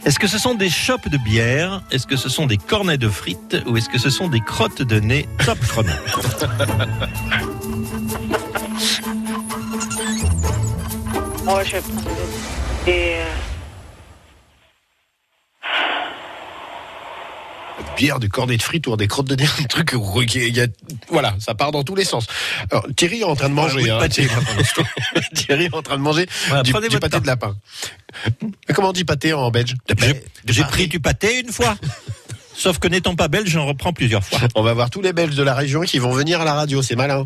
B: Est-ce que ce sont des chopes de bière Est-ce que ce sont des cornets de frites Ou est-ce que ce sont des crottes de nez top chrono
D: Moi, je vais prendre des.
A: bière, du cornet de frites ou des crottes de nez, un truc où- qui- il y a- voilà, ça part dans tous les sens. Alors, Thierry est en train de manger. hein. Thierry est en train de manger
B: Voilà,
A: du,
B: prenez
A: du
B: votre
A: pâté de lapin. Mais Comment on dit pâté en belge
B: J'ai pris du pâté une fois. Sauf que n'étant pas belge, j'en reprends plusieurs fois.
A: On va voir tous les Belges de la région qui vont venir à la radio, c'est malin.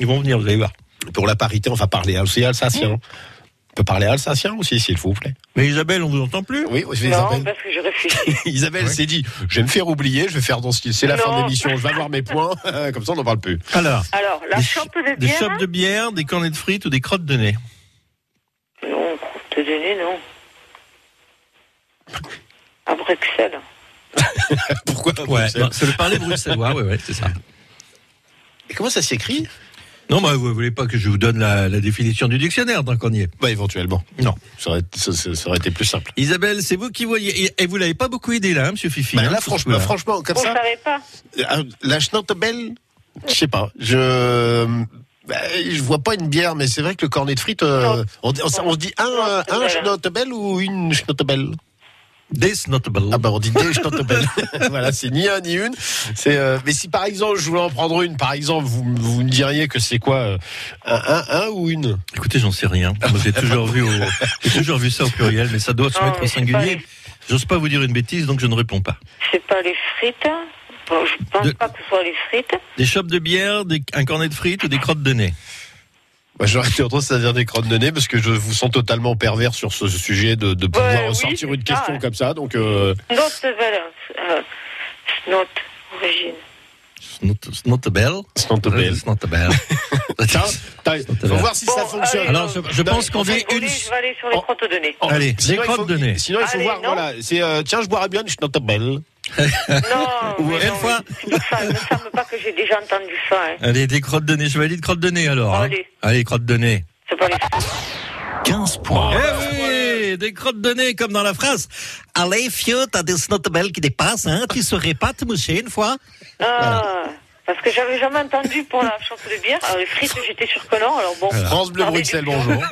B: Ils vont venir, vous allez voir. Mmh.
A: Pour la parité, on va parler aussi alsacien. On peut parler alsacien aussi, s'il vous plaît.
B: Mais Isabelle, on vous entend plus
A: Oui,
D: Non,
A: oui, Isabelle.
D: parce que je réfléchis.
A: Isabelle s'est dit, je vais me faire oublier, je vais faire dans ce c'est la fin de
D: Non.
A: l'émission, je vais avoir mes points, comme ça on n'en parle plus.
B: Alors,
D: Alors, la chope de
B: Ah. des
D: bière.
B: chopes de bière, des cornets de frites ou des crottes de nez.
D: Non, crotte de nez, non. À Bruxelles.
A: Pourquoi
B: Ouais, non, c'est le parler bruxellois, ouais, ouais, c'est ça.
A: Et comment ça s'écrit
B: Non, bah, vous voulez pas que je vous donne la, la définition du dictionnaire tant qu'on y est
A: Bah, éventuellement.
B: Non.
A: Ça aurait, ça- ça- ça aurait été plus simple.
B: Isabelle, c'est vous qui voyez. Et- Et vous l'avez pas beaucoup aidé là, hein, monsieur Fifi.
A: Bah,
B: hein,
A: là,
B: sur ce
A: franchement,
B: coup-là.
A: franchement, comme
D: On
A: ça,
D: savait pas.
A: euh, la Schnattebelle, je sais pas, je. bah, je vois pas une bière, mais c'est vrai que le cornet de frites, euh, on, on- on se dit un, euh, un Schnattebelle ou une Schnattebelle
B: Des Schnattebelle.
A: Ah bah on dit des Schnattebelle. voilà, c'est ni un ni une. C'est, euh, mais si par exemple je voulais en prendre une, par exemple, vous, vous me diriez que c'est quoi euh, un, un, un ou une
B: Écoutez, j'en sais rien. Moi, j'ai toujours vu, au- j'ai toujours vu ça au pluriel, mais ça doit se
D: Non,
B: mettre au
D: mais c'est pas
B: singulier. J'ose pas vous dire une bêtise, donc je ne réponds pas.
D: C'est pas les frites. Bon, je pense
B: De-
D: pas que ce soit les frites.
B: Des chopes de bière, des- un cornet de frites ou des crottes de nez.
A: Bah, J'aurais été en train de servir des crottes de nez parce que je vous sens totalement pervers sur ce sujet de, de pouvoir
D: Ouais, oui,
A: ressortir
D: c'est
A: une
D: ça,
A: question
D: ouais.
A: comme ça. Donc, euh,
D: Note de valeur. Euh, note, origine.
B: Snottabelle. Euh,
A: Snottabelle.
B: Snottabelle.
A: tiens, t'as- faut voir si ça
D: Bon,
A: fonctionne.
D: allez,
B: Alors, je, je
A: Non,
B: pense qu'on
D: Je
B: vit
D: vais
B: une.
D: voler, je vais aller sur les
A: Oh.
D: crottes de nez.
A: Oh,
B: Allez,
A: sinon,
B: des
A: il faut-
B: crottes de nez.
A: Sinon, il faut
D: Allez,
A: voir,
D: non.
A: voilà. C'est, euh, tiens, je boirais bien une Schnottabelle.
D: Non,
B: Ou
D: Oh, mais
B: une
D: non,
B: fois.
D: c'est pour ça, il me semble pas que j'ai déjà entendu ça. hein.
B: Allez, des crottes de nez. Je valide crottes de nez alors. hein.
D: Allez.
B: Allez, crottes de nez.
D: C'est pas les frites.
C: 15 points.
B: Eh oui, des crottes de nez comme dans la phrase. Allez, fieu, t'as des snottabelles qui dépassent, hein. Tu serais pas te moucher une fois.
D: Ah, Parce que j'avais jamais entendu pour la chope de bière. Alors, les frites, j'étais sûr que non. Alors bon.
A: France Bleu
D: Parlez
A: Bruxelles,
D: du-
A: bonjour.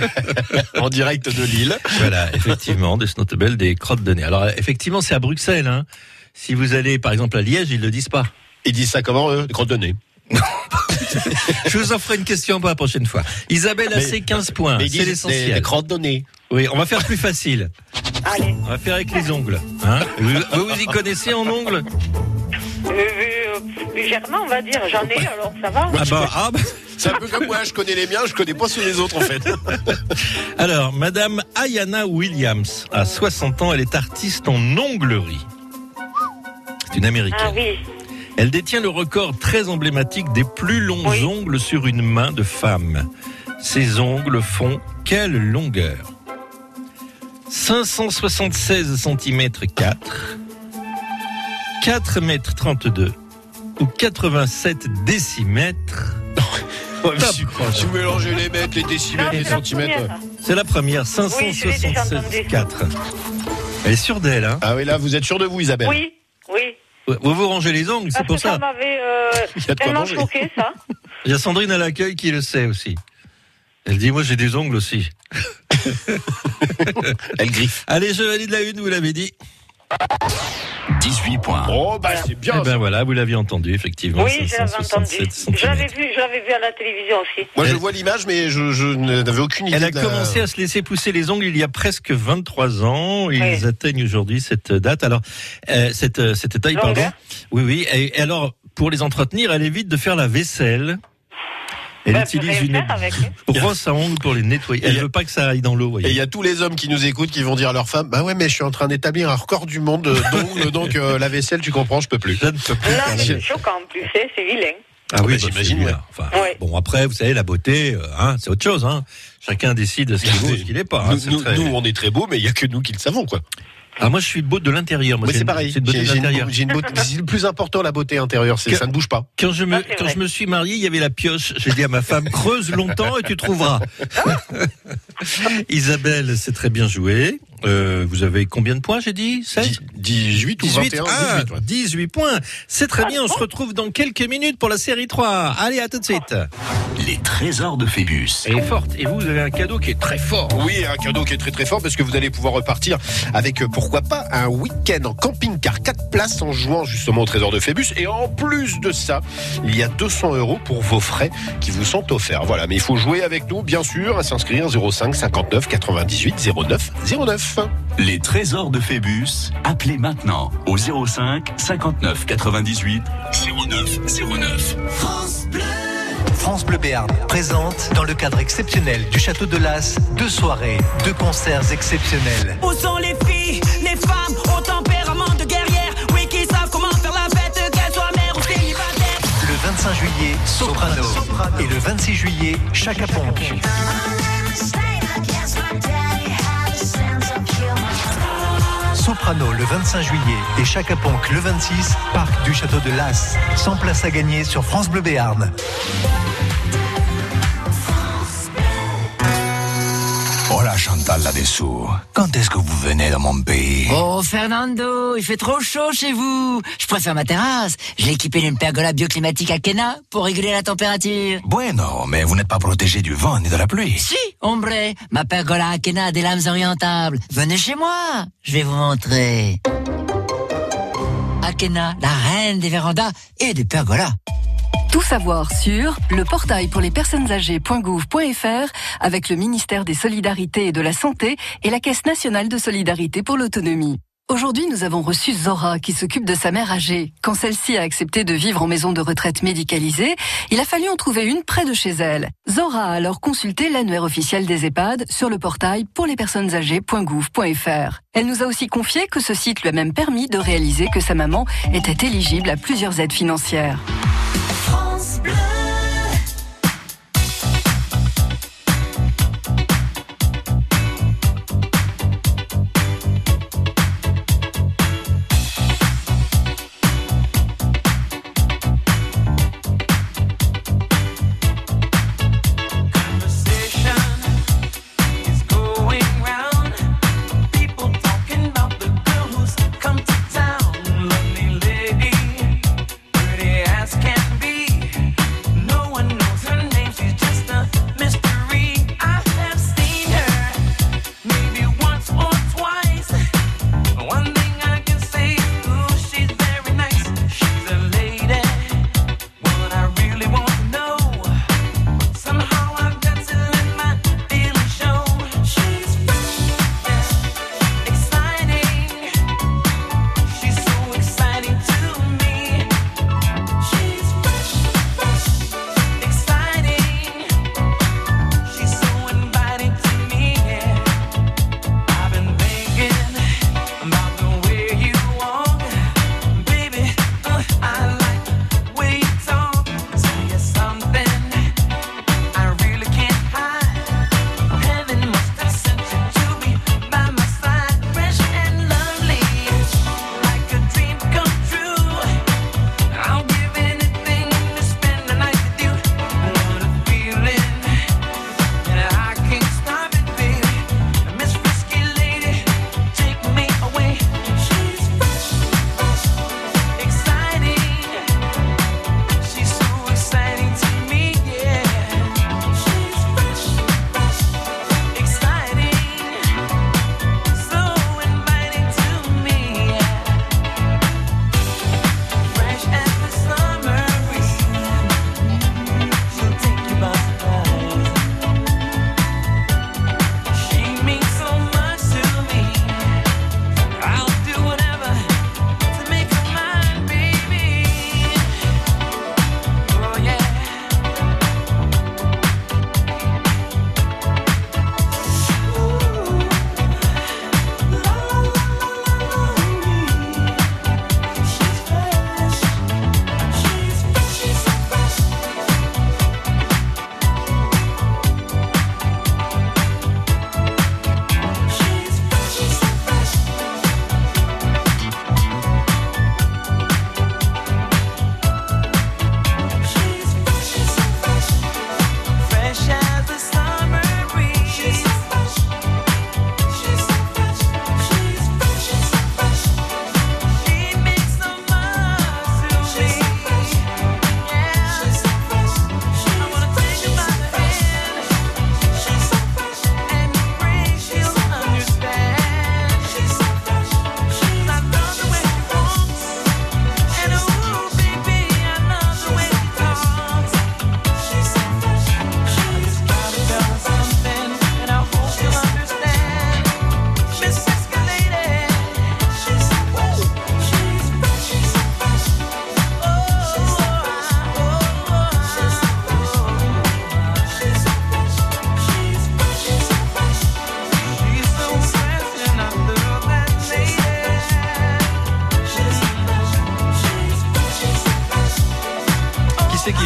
A: en direct de Lille.
B: Voilà, effectivement, des snottabelles, des crottes de nez. Alors, effectivement, c'est à Bruxelles, hein. Si vous allez, par exemple, à Liège, ils le disent pas.
A: Ils disent ça comment, eux Des crottes de nez.
B: Je vous en ferai une question pour la prochaine fois. Isabelle a
A: Mais-
B: ses 15 points.
A: Mais ils
B: C'est
A: disent des, des
B: l'essentiel.
A: crottes de nez.
B: Oui, on va faire plus facile.
D: Allez.
B: On va faire avec les ongles, hein. Vous, vous vous y connaissez en ongles?
D: Euh, euh, légèrement, on va dire. J'en ai, alors ça va.
B: Ah bah, ah bah.
A: C'est un peu comme moi, je connais les miens, je connais pas ceux des autres, en fait.
B: Alors, Madame Ayana Williams, à 60 ans, elle est artiste en onglerie. C'est une américaine.
D: Ah oui.
B: Elle détient le record très emblématique des plus longs
D: Oui.
B: ongles sur une main de femme. Ses ongles font quelle longueur 576 cm 4, 4 m 32 ou 87 décimètres.
A: Si vous mélangez les mètres, les
D: Non,
A: décimètres, les
D: c'est la
A: centimètres.
D: première.
B: C'est la première,
D: Oui, je l'ai déjà
B: 576
D: entendu.
B: 4. Elle est sûre d'elle, hein
A: Ah oui, là, vous êtes sûr de vous, Isabelle
D: Oui, oui.
B: Vous vous rangez les ongles,
D: Parce
B: c'est pour
D: que ça
B: ça.
D: m'avait euh,
A: Il y a de quoi
D: tellement
A: manger.
D: choqué, ça.
B: Il y a Sandrine à l'accueil qui le sait aussi. Elle dit, moi j'ai des ongles aussi.
A: Elle griffe.
B: Allez, je valide la une, vous l'avez dit.
C: 18 points.
A: Oh, bah, c'est bien.
B: Eh ben voilà, vous l'avez entendu, effectivement.
D: Oui, je l'avais entendu.
B: 567
D: Je l'avais
B: centimètres.
D: vu, je l'avais vu à la télévision aussi.
A: Moi, je vois l'image, mais je, je n'avais aucune idée.
B: Elle a
A: de la-
B: commencé à se laisser pousser les ongles il y a presque 23 ans. Ils
D: Oui.
B: atteignent aujourd'hui cette date. Alors, euh, cette, euh, cette taille,
D: Longueur.
B: pardon. Oui, oui. Et, et alors, pour les entretenir, elle évite de faire la vaisselle. Elle
D: Bah, faut
B: utilise
D: rien
B: une
D: faire avec, hein.
B: brosse à ongles pour les nettoyer. Elle
A: Et-
B: veut pas que ça aille dans l'eau, voyez.
A: Et il y a tous les hommes qui nous écoutent qui vont dire à leur femme Bah ouais, mais je suis en train d'établir un record du monde euh, d'ongles, donc euh, la vaisselle, tu comprends, je peux plus.
B: Je ne peux plus
D: Non,
B: faire la
D: mais
B: vaisselle.
D: c'est choquant en plus, hein, c'est vilain.
B: Ah oui,
A: bah,
B: bah,
A: j'imagine,
B: celui-là.
A: ouais.
B: Enfin,
D: Ouais.
B: Bon, après, vous savez, la beauté, euh, hein, c'est autre chose. Hein. Chacun décide ce qu'il vaut,
A: Regardez,
B: ce qu'il n'est pas. hein.
A: nous,
B: C'est
A: nous-
B: très-
A: nous, on est très beaux, mais il y a que nous qui le savons, quoi.
B: Ah, moi, je suis beau de l'intérieur. Moi,
A: Moi,
B: j'ai
A: c'est
B: une-
A: pareil.
B: C'est une beauté
A: J'ai-
B: de
A: j'ai une
B: l'intérieur.
A: beau- j'ai une beauté- C'est le plus important, la beauté intérieure, c'est
B: Que-
A: ça ne bouge pas.
B: Quand je me,
D: Ça, Ah, c'est
B: quand
D: vrai.
B: je me suis marié, il y avait la pioche. J'ai dit à ma femme, creuse longtemps et tu trouveras. Isabelle, c'est très bien joué. Euh, vous avez combien de points, j'ai dit 16
A: 18 ou 21,
B: ah,
A: 18, ouais.
B: 18 points. C'est
D: Ah
B: très bien, on se retrouve dans quelques minutes pour la série 3. Allez, à tout de suite.
C: Les trésors de Phébus.
B: Elle est forte, et vous, vous avez un cadeau qui est très fort. hein.
A: Oui, un cadeau qui est très très fort parce que vous allez pouvoir repartir avec euh, pourquoi pas un week-end en camping-car 4 places en jouant justement au trésor de Phébus. Et en plus de ça, il y a 200 euros pour vos frais qui vous sont offerts. Voilà, mais il faut jouer avec nous, bien sûr, à s'inscrire 05 59 98 09 09.
C: Les trésors de Phébus, appelez maintenant au 05 59 98 09 09.
G: France Bleu. France Bleu Béarn présente, dans le cadre exceptionnel du Château de Las, deux soirées, deux concerts exceptionnels.
E: Où sont les filles, les femmes au tempérament de guerrière Oui, qui savent comment faire la fête, qu'elles soient mères ou célibataires.
G: Le 25 juillet, Soprano. Et le 26 juillet, Chaka Ponk. Soprano le 25 juillet et Chaka Ponk le 26, parc du château de Las. 100 places à gagner sur France Bleu Béarn.
N: Hola Chantal là-dessous. Quand est-ce que vous venez dans mon pays
O: Oh Fernando, il fait trop chaud chez vous. Je préfère ma terrasse. Je l'ai équipée d'une pergola bioclimatique à Kena pour réguler la température.
N: Bueno, mais vous n'êtes pas protégé du vent ni de la pluie.
O: Si, hombre, ma pergola à Kena a des lames orientables. Venez chez moi, je vais vous montrer. Akena, la reine des vérandas et des pergolas.
P: Tout savoir sur le portail pour les personnes âgées.gouv.fr avec le ministère des Solidarités et de la Santé et la Caisse nationale de solidarité pour l'autonomie. Aujourd'hui, nous avons reçu Zora qui s'occupe de sa mère âgée. Quand celle-ci a accepté de vivre en maison de retraite médicalisée, il a fallu en trouver une près de chez elle. Zora a alors consulté l'annuaire officiel des EHPAD sur le portail pour les personnes âgées.gouv.fr. Elle nous a aussi confié que ce site lui a même permis de réaliser que sa maman était éligible à plusieurs aides financières.
E: France Bleu.
Q: Lovely lady, pretty as can be.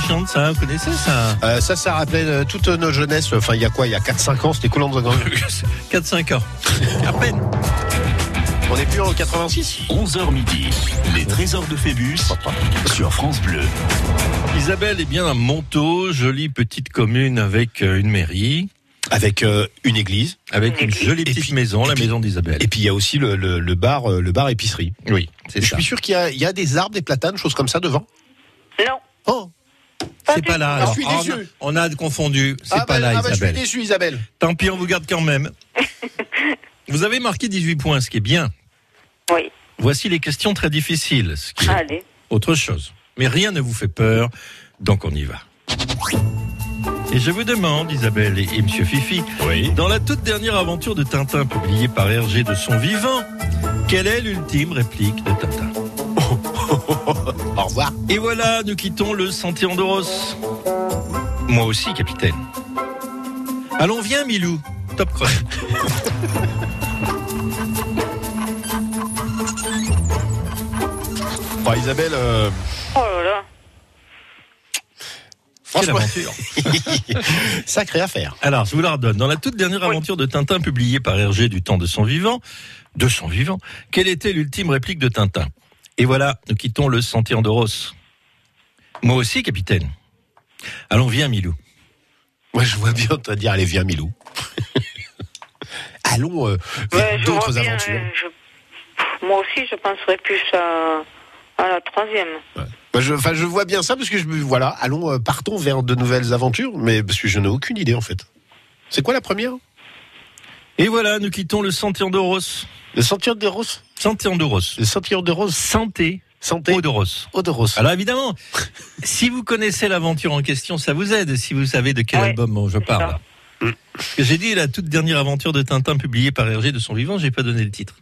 B: chiante, ça, vous connaissez ça
A: Euh, ça, ça rappelait euh, toute nos jeunesses. Enfin, il y a quoi Il y a 4-5 ans, c'était Colombe
B: 4-5 ans. À peine.
A: On n'est plus en 86
C: 11h midi, les trésors de Phébus sur France Bleu.
B: Isabelle est bien à Montaut, jolie petite commune avec euh, une mairie.
A: Avec euh, une église.
B: Avec une jolie petite maison, la maison d'Isabelle.
A: Et puis il y a aussi le, le- le bar, euh, le bar épicerie.
B: Oui, c'est
A: Je
B: ça.
A: suis sûr qu'il y a- il y, a des arbres, des platanes, choses comme ça devant.
D: Non.
A: Oh.
B: C'est pas là.
A: Ah, je suis
B: alors.
A: déçu.
B: Ah, on, a, on a confondu. C'est
A: Ah, bah,
B: pas là,
A: ah, bah, je suis
B: Isabelle.
A: déçu, Isabelle.
B: Tant pis, on vous garde quand même. vous avez marqué 18 points, ce qui est bien.
D: Oui.
B: Voici les questions très difficiles, ce qui est
D: Allez.
B: autre chose. Mais rien ne vous fait peur, donc on y va. Et je vous demande, Isabelle et, et Monsieur Fifi, dans la toute dernière aventure de Tintin publiée par Hergé de son vivant, quelle est l'ultime réplique de Tintin
A: Au revoir.
B: Et voilà, nous quittons le Santé Andoros. Moi aussi, capitaine. Allons, viens, Milou. Top chrono.
A: Enfin, Isabelle, euh,
D: Oh là là.
B: Quelle
A: franchement,
B: aventure
A: sacrée affaire.
B: Alors, je vous la redonne. Dans la toute dernière aventure de Tintin publiée par Hergé du temps de son vivant, de son vivant, quelle était l'ultime réplique de Tintin Et voilà, nous quittons le Santé Andoros. Moi aussi, capitaine. Allons, viens, Milou.
A: Moi, je vois bien te dire, allez, viens, Milou. Allons euh, vers
D: Ouais, je vois
A: d'autres
D: bien,
A: aventures.
D: euh, je- Moi aussi, je penserais plus à, à la troisième.
A: Bah, je, enfin, je vois bien ça parce que je me- voilà, allons, euh, partons vers de nouvelles aventures, mais parce que je n'ai aucune idée en fait. C'est quoi la première
B: Et voilà, nous quittons le Santé Andoros.
A: Le sentier de rose
B: Santé Andoros.
A: Le sentier de rose
B: Santé
A: Santé
B: Odoros.
A: Odoros.
B: Alors évidemment, si vous connaissez l'aventure en question, ça vous aide si vous savez de quel
D: Ouais,
B: album je parle. Parce que J'ai dit la toute dernière aventure de Tintin publiée par Hergé de son vivant, j'ai pas donné le titre.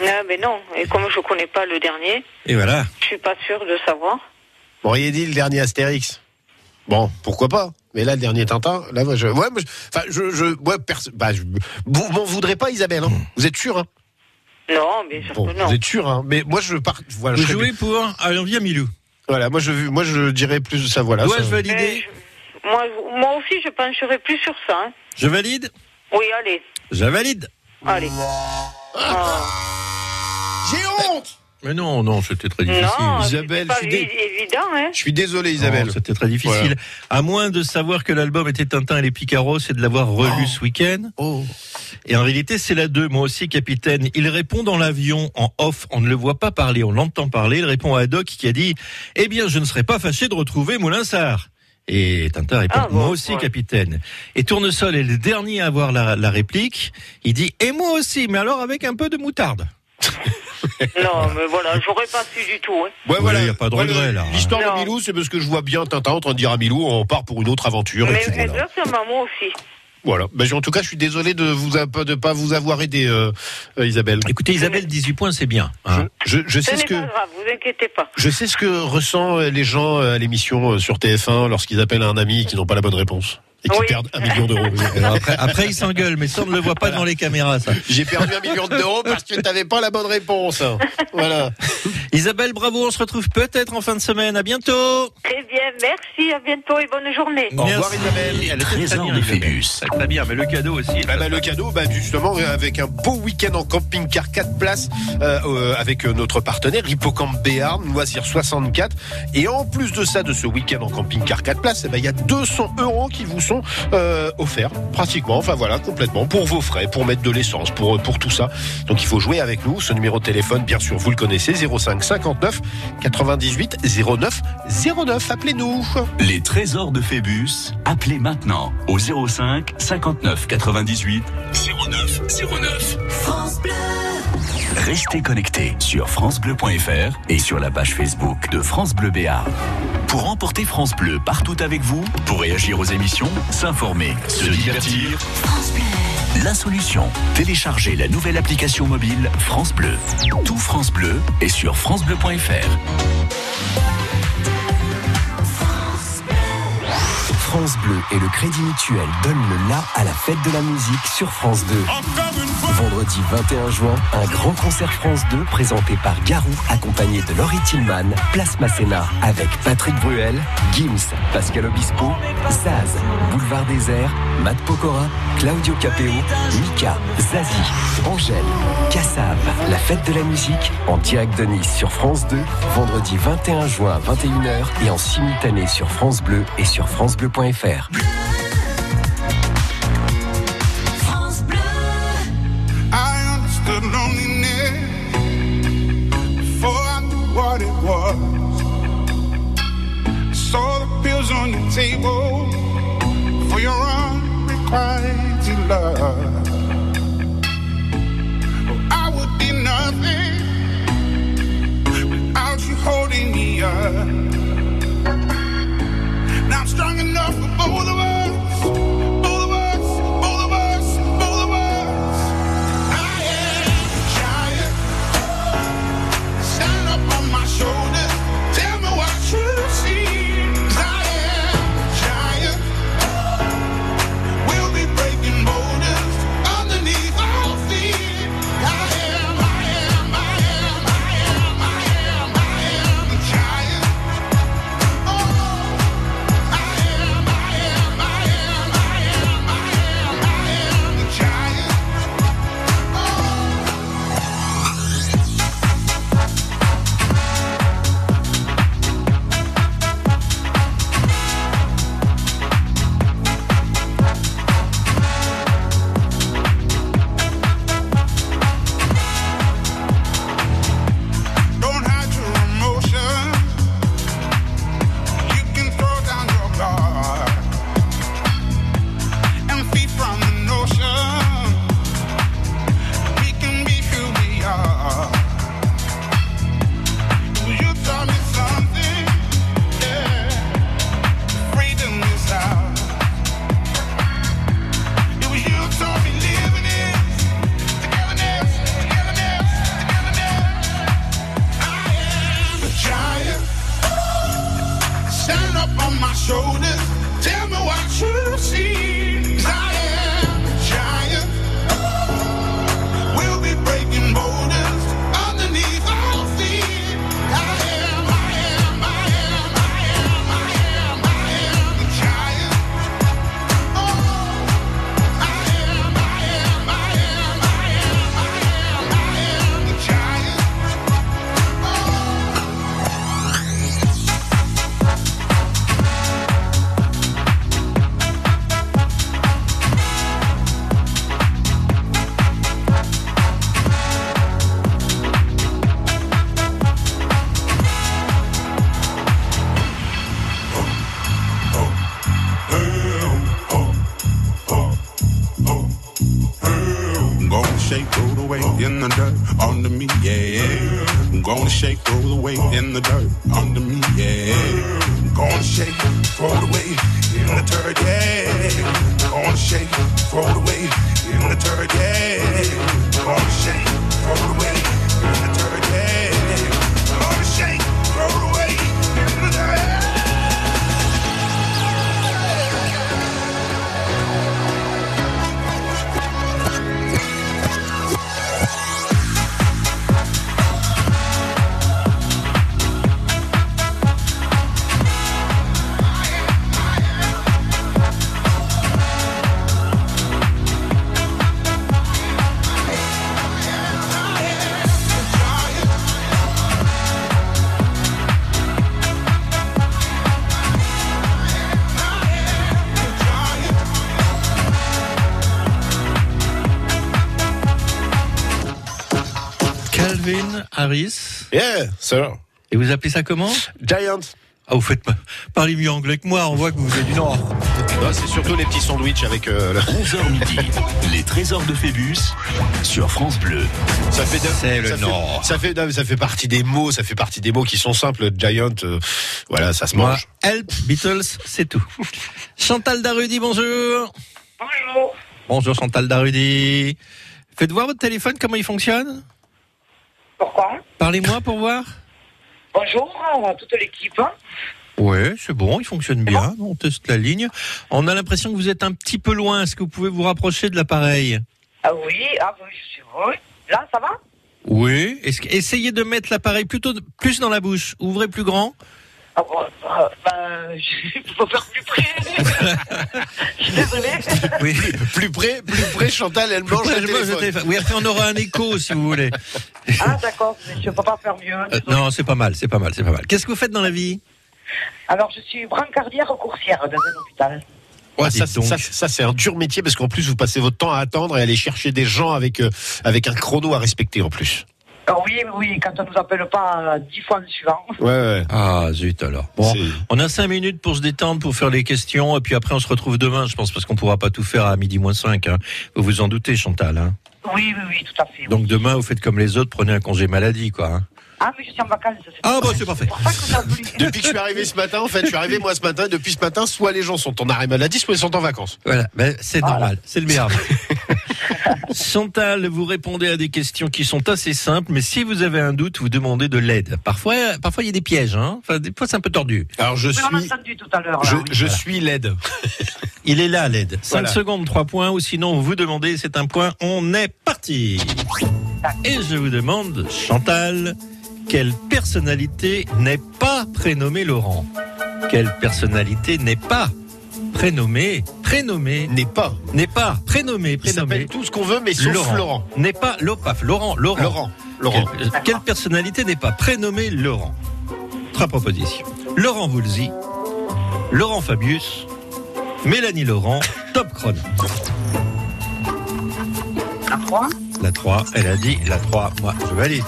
D: Ah, mais non. Et comme je connais pas le dernier,
B: Et voilà.
D: je suis pas sûre de savoir.
A: Vous auriez dit le dernier Astérix. Bon, pourquoi pas Mais là, le dernier Tintin, là, moi, je, ouais, moi, je, enfin, je, je, ouais, perso- bah, je- vous m'en voudrez pas, Isabelle. hein
B: Hmm.
A: vous êtes sûr hein
D: Non, bien sûr
A: Bon,
D: que non.
A: vous êtes sûr. Hein mais moi, je pars. Voilà,
B: Vous
A: je serais-
B: jouez pour Allons viens Milou.
A: voilà, moi, je, moi, je dirais plus ça. Voilà.
B: Dois-je
A: ça-
D: Mais
B: valider
D: Euh, je- moi, moi aussi, je pencherais plus sur ça. hein.
B: Je valide
D: Oui, allez.
B: Je valide
D: Allez. Ah.
A: J'ai honte.
B: Mais non, non, c'était très difficile.
D: Non, c'est
A: Isabelle,
D: pas
A: je Ah, suis dé-
D: évi- évident, hein.
A: Je suis désolé, Isabelle.
B: Non, C'était très difficile.
A: Voilà.
B: À moins de savoir que l'album était Tintin et les Picaros et de l'avoir relu
A: Oh.
B: ce week-end.
A: Oh.
B: Et en réalité, c'est la 2, moi aussi, capitaine. Il répond dans l'avion, en off. On ne le voit pas parler, on l'entend parler. Il répond à Haddock qui a dit Eh bien, je ne serais pas fâché de retrouver Moulinsard. Et Tintin répond
D: Ah bon,
B: Moi aussi,
D: ouais.
B: capitaine. Et Tournesol est le dernier à avoir la, la réplique. Il dit Et moi aussi, mais alors avec un peu de moutarde.
D: Non, mais voilà, j'aurais pas su du tout. hein.
A: Ouais,
B: Ouais, y a pas de regret, là, hein.
A: L'histoire
D: Non.
A: de Milou, c'est parce que je vois bien Tintin en train de dire à Milou, on part pour une autre aventure.
D: Mais
A: et puis voilà.
D: exactement, moi aussi.
A: Voilà. Mais en tout cas, je suis désolé de vous a- de pas vous avoir aidé, euh, euh, Isabelle.
B: Écoutez, Isabelle, 18 points, c'est bien. hein.
A: Je, je
D: Ce
A: sais ce
D: n'est
A: que
D: pas grave, vous inquiétez pas.
A: je sais ce que ressent euh, les gens euh, à l'émission euh, sur TF1 lorsqu'ils appellent un ami et qu'ils n'ont pas la bonne réponse et qui
D: Oui.
A: perdent un million d'euros.
B: Alors après, après, il s'engueule, mais ça, on ne le voit pas dans les caméras, ça.
A: J'ai perdu un million d'euros parce que t'avais pas la bonne réponse. Voilà.
B: Isabelle, bravo, on se retrouve peut-être en fin de semaine. À bientôt.
D: Très bien, merci, à bientôt et bonne journée.
A: Au revoir, Isabelle.
B: Elle était très
C: Trésors
B: bien,
C: de
B: Isabelle.
C: Phébus.
B: Très, très bien, hein, mais le cadeau aussi.
A: Bah, bah, le cadeau, bah, justement, euh, avec un beau week-end en camping-car 4 places euh, euh, avec euh, notre partenaire Hippocampe Béarn, Loisirs 64. Et en plus de ça, de ce week-end en camping-car 4 places, eh ben, il y a 200 euros qui vous sont euh, offerts, pratiquement, enfin voilà, complètement, pour vos frais, pour mettre de l'essence, pour, euh, pour tout ça. Donc il faut jouer avec nous. Ce numéro de téléphone, bien sûr, vous le connaissez, 05 59 98 09 09. Appelez-nous.
C: Les trésors de Phébus, appelez maintenant au 05 59 98 09 09.
E: France Bleu.
C: Restez connectés sur francebleu.fr et sur la page Facebook de France Bleu Béarn. Pour remporter France Bleu partout avec vous, pour réagir aux émissions, s'informer, se divertir, la solution, téléchargez la nouvelle application mobile France Bleu. Tout France Bleu est sur francebleu.fr.
Q: France Bleu et le Crédit Mutuel donnent le la à la fête de la musique sur France 2. vendredi 21 juin, un grand concert France 2 présenté par Garou, accompagné de Laurie Tillman, Place Masséna, avec Patrick Bruel, Gims, Pascal Obispo, Zaz, Boulevard Désert, Matt Pokora, Claudio Capeo, Mika, Zazie, Angèle, Cassav, La Fête de la Musique, en direct de Nice sur France 2, vendredi 21 juin à 21h et en simultané sur France Bleu et sur francebleu.fr.
I: France Bleu. I understood loneliness before I knew what it was. I saw the pills on your table for your unrequited love. Oh, I would be nothing without you holding me up. Now I'm strong enough for both of us. Both of us, both of us, both of us. I am a giant. Stand up on my shoulders. Tell me what you see. 'Cause I am a giant. We'll be breaking boulders underneath our feet. I am, I am, I am, I am, I am, I am a giant. Don't hide your emotions. You can throw down your guard and feed from the notion we can be who we are. Will you tell me something? Yeah, freedom is ours. It was you told me living it, togetherness, togetherness, togetherness. I'm a giant. Stand up on my shoulders. Tell me what you see. 'Cause I am a giant. We'll be breaking boulders underneath our feet. I am, I am, I am, I am, I am, I am a giant.
R: Gonna shake, roll away in the dirt under me, yeah. Gonna shake, roll away in the dirt under me, yeah. Gonna shake, roll away in the dirt, yeah. Gonna shake, roll away in the dirt, yeah. Gonna shake, roll away in the dirt, yeah. Gonna shake, roll away in the dirt.
B: Calvin Harris.
A: Yeah, sir.
B: Et vous appelez ça comment
A: Giant.
B: Ah, vous faites pas- parlez mieux anglais que moi, on voit que vous venez du Nord.
A: c'est surtout les petits sandwichs avec euh,
C: 11h midi, les trésors de Phébus sur France Bleu.
A: Ça fait,
B: C'est le
A: ça fait-
B: Nord.
A: ça fait, non, mais ça fait partie des mots, ça fait partie des mots qui sont simples. Giant, euh, voilà, ça se mange.
B: Moi, help, Beatles, c'est tout. Chantal Darudy, bonjour.
D: Bonjour.
B: Bonjour Chantal Darudy. Faites voir votre téléphone, comment il fonctionne
D: Pourquoi
B: Parlez-moi pour voir.
D: Bonjour à toute l'équipe.
S: hein.
B: Ouais, c'est bon, il fonctionne bien. On teste la ligne. On a l'impression que vous êtes un petit peu loin. Est-ce que vous pouvez vous rapprocher de l'appareil
S: Ah oui, ah oui, je suis oui. Là, ça va
B: Oui. Est-ce que- Essayez de mettre l'appareil plutôt de- plus dans la bouche. Ouvrez plus grand.
S: Ah bon, bah, bah, je- faut faire plus près. je suis désolée.
B: Oui.
K: Plus près, plus près, Chantal, elle
B: Plus
K: mange
B: près,
K: le
B: je mange
K: téléphone.
B: téléphone. Oui, après on aura un écho si vous voulez.
S: Ah d'accord, mais je peux pas faire mieux.
B: Euh, non, c'est pas mal, c'est pas mal, c'est pas mal. Qu'est-ce que vous faites dans la vie
S: Alors, je suis brancardière coursière dans un hôpital.
B: Ah,
A: Ouais, ça,
B: dites donc.
A: ça- ça, c'est un dur métier parce qu'en plus vous passez votre temps à attendre et aller chercher des gens avec euh, avec un chrono à respecter en plus.
S: Ah oui, oui, quand on nous appelle pas euh, dix fois le suivant.
A: Ouais, ouais.
B: Ah zut alors. Bon, on a cinq minutes pour se détendre, pour faire les questions, et puis après on se retrouve demain, je pense, parce qu'on pourra pas tout faire à midi moins 5. Vous vous en doutez, Chantal. hein.
S: Oui, oui, oui, tout à fait.
B: Donc demain, vous faites comme les autres, prenez un congé maladie, quoi. hein.
S: Ah, mais je suis en vacances. c'est-
B: Ah bah c'est parfait.
A: Depuis que je suis arrivé ce matin, en fait, je suis arrivé moi ce matin. Depuis ce matin, soit les gens sont en arrêt maladie, soit ils sont en vacances.
B: Voilà, ben, c'est normal, c'est le meilleur. Chantal, vous répondez à des questions qui sont assez simples, mais si vous avez un doute, vous demandez de l'aide. Parfois, parfois il y a des pièges, hein. Enfin, des fois c'est un peu tordu.
A: Alors je
S: Oui, on a entendu tout à l'heure. là, oui.
A: suis l'aide.
B: Il est là, l'aide. 5
A: Voilà.
B: secondes, 3 points, ou sinon vous demandez, c'est un point, on est parti. Et je vous demande, Chantal, quelle personnalité n'est pas prénommée Laurent Quelle personnalité n'est pas prénommée, prénommée
A: N'est pas.
B: N'est pas, prénommée,
A: Ils
B: prénommée.
A: s'appellent tout ce qu'on veut, mais sauf Laurent.
B: N'est pas Lopaf, Laurent, Laurent.
A: Laurent, Laurent.
B: Quelle, euh, quelle personnalité n'est pas prénommée Laurent Trois propositions. Laurent Voulzy, Laurent Fabius, Mélanie Laurent, Top Chrono.
S: À trois.
B: La 3, elle a dit la 3, moi je valide.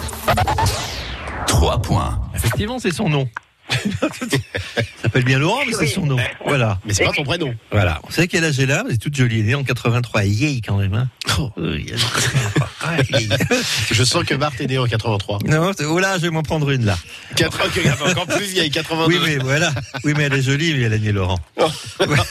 C: 3 points.
B: Effectivement, c'est son nom. Ça s'appelle bien Laurent, mais c'est son nom. Voilà.
A: Mais c'est pas ton prénom.
B: Voilà. On sait quel âge elle a, mais c'est toute jolie. Elle est née en 83. Yay, quand même. hein.
A: Oh.
B: Oui, elle-
A: Je sens que Marthe est né en 83.
B: Non, c'est- oh là, je vais m'en prendre une là.
A: Quatre- ok, regarde, encore plus vieille, 82.
B: Oui, mais voilà. Oui, mais elle est jolie, mais elle a né Laurent. Voilà.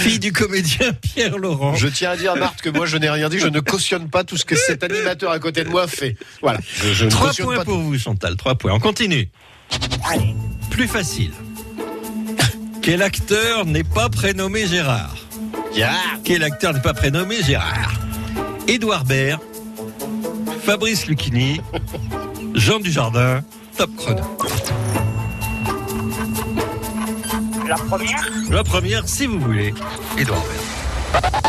B: Fille du comédien Pierre Laurent.
A: Je tiens à dire à Marthe que moi je n'ai rien dit, je ne cautionne pas tout ce que cet animateur à côté de moi fait. Voilà. Je, je ne
B: Trois
A: cautionne
B: points
A: pas
B: pour vous, Chantal. Trois points. On continue. Plus facile. Quel acteur n'est pas prénommé Gérard Quel acteur n'est pas prénommé Gérard Édouard Baird, Fabrice Lucchini, Jean Dujardin, Top Chrono.
S: La première.
B: La première, si vous voulez, Édouard Baird.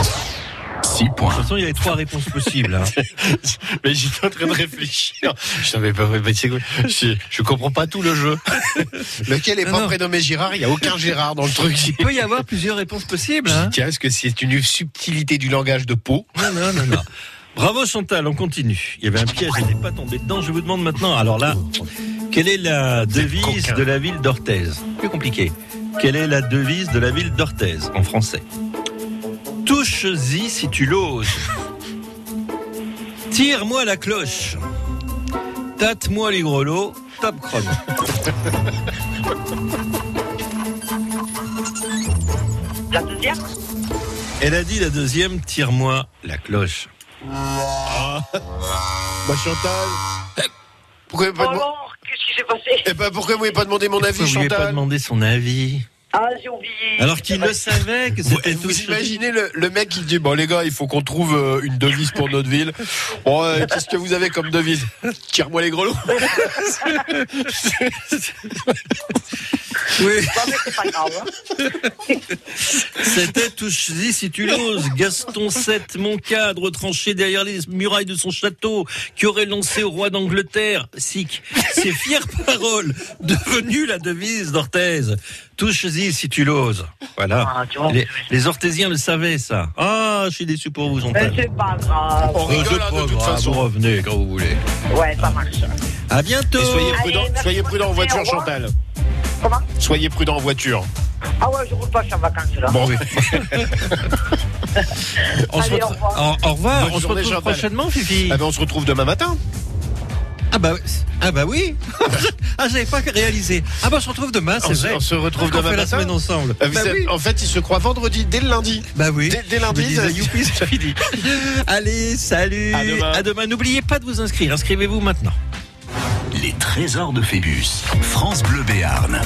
C: 6 points.
B: De toute façon, il y avait trois réponses possibles. hein.
A: Mais j'étais en train de réfléchir. Je savais pas, mais c'est quoi je, je comprends pas tout le jeu. Lequel est
B: Non,
A: pas
B: non.
A: prénommé Gérard Il y a aucun Gérard dans le truc.
B: Il peut y avoir plusieurs réponses possibles. hein.
A: Tiens, est-ce que c'est une subtilité du langage de peau
B: Non, non, non, non. Bravo Chantal, on continue. Il y avait un piège, je n'ai pas tombé dedans. Je vous demande maintenant, alors là, quelle est la devise
A: coquin.
B: de la ville d'Orthez Plus compliqué. Quelle est la devise de la ville d'Orthez en français Touche-y si tu l'oses. Tire-moi la cloche. Tâte-moi les grelots. Top chrono.
S: La deuxième.
B: Elle a dit la deuxième, tire-moi la cloche.
A: Ah. Bah Chantal Pourquoi vous m'avez pas demandé-
S: Alors, Oh qu'est-ce qui s'est passé
A: Eh ben, pourquoi vous m'avez pas demandé mon
B: Pourquoi
A: avis,
B: vous lui avez pas
A: Chantal
B: demandé son avis
S: Ah, j'ai oublié.
B: Alors qu'il le savait que c'était
A: vous
B: touche-y.
A: imaginez le, le mec qui dit bon les gars il faut qu'on trouve euh, une devise pour notre ville. Bon euh, qu'est-ce que vous avez comme devise Tire-moi les grelots.
B: Oui.
S: Bah, mais c'est pas grave. hein.
B: C'était touche-y si tu l'oses. Gaston VII, mon cadre, tranché derrière les murailles de son château, qui aurait lancé au roi d'Angleterre, sic, ses fières paroles, devenues la devise d'Orthez. Touche-y si tu l'oses. Voilà.
S: Ah, tu vois.
B: Les, les Orthésiens le savaient, ça. Ah, je suis déçu pour vous,
S: Mais
B: Chantal.
S: c'est pas grave.
A: On rigole hein, de toute façon.
B: Vous revenez quand vous voulez.
S: Ouais, ça marche.
B: À bientôt.
A: Et soyez
S: Allez,
A: prudent,
S: merci,
A: soyez
S: bonne
A: prudent en
S: journée,
A: voiture
S: au revoir.
A: Chantal.
S: Comment
A: Soyez prudent en voiture.
S: Ah ouais, je roule pas, je suis en vacances là.
A: Bon oui.
B: On se
S: Allez, au
B: retra-
S: revoir.
B: Au- au revoir.
A: Bonne
B: On se
A: journée,
B: retrouve
A: Chantal.
B: prochainement, Fifi.
A: Ah ben, on se retrouve demain matin.
B: Ah bah, ah bah oui Ah j'avais pas réalisé. Ah bah on se retrouve demain,
A: On
B: c'est
A: se-
B: vrai.
A: on se retrouve
B: On
A: demain
B: fait la
A: matin.
B: semaine ensemble.
A: Euh, vous
B: bah,
A: savez,
B: oui.
A: En fait, il se croit vendredi dès le lundi.
B: bah oui.
A: dès- dès lundi,
B: Je me disais,
A: ça-
B: youpi, c'est fini. Allez, salut.
A: À demain.
B: N'oubliez pas de vous inscrire. Inscrivez-vous maintenant.
C: Les trésors de Phébus. France Bleu Béarn.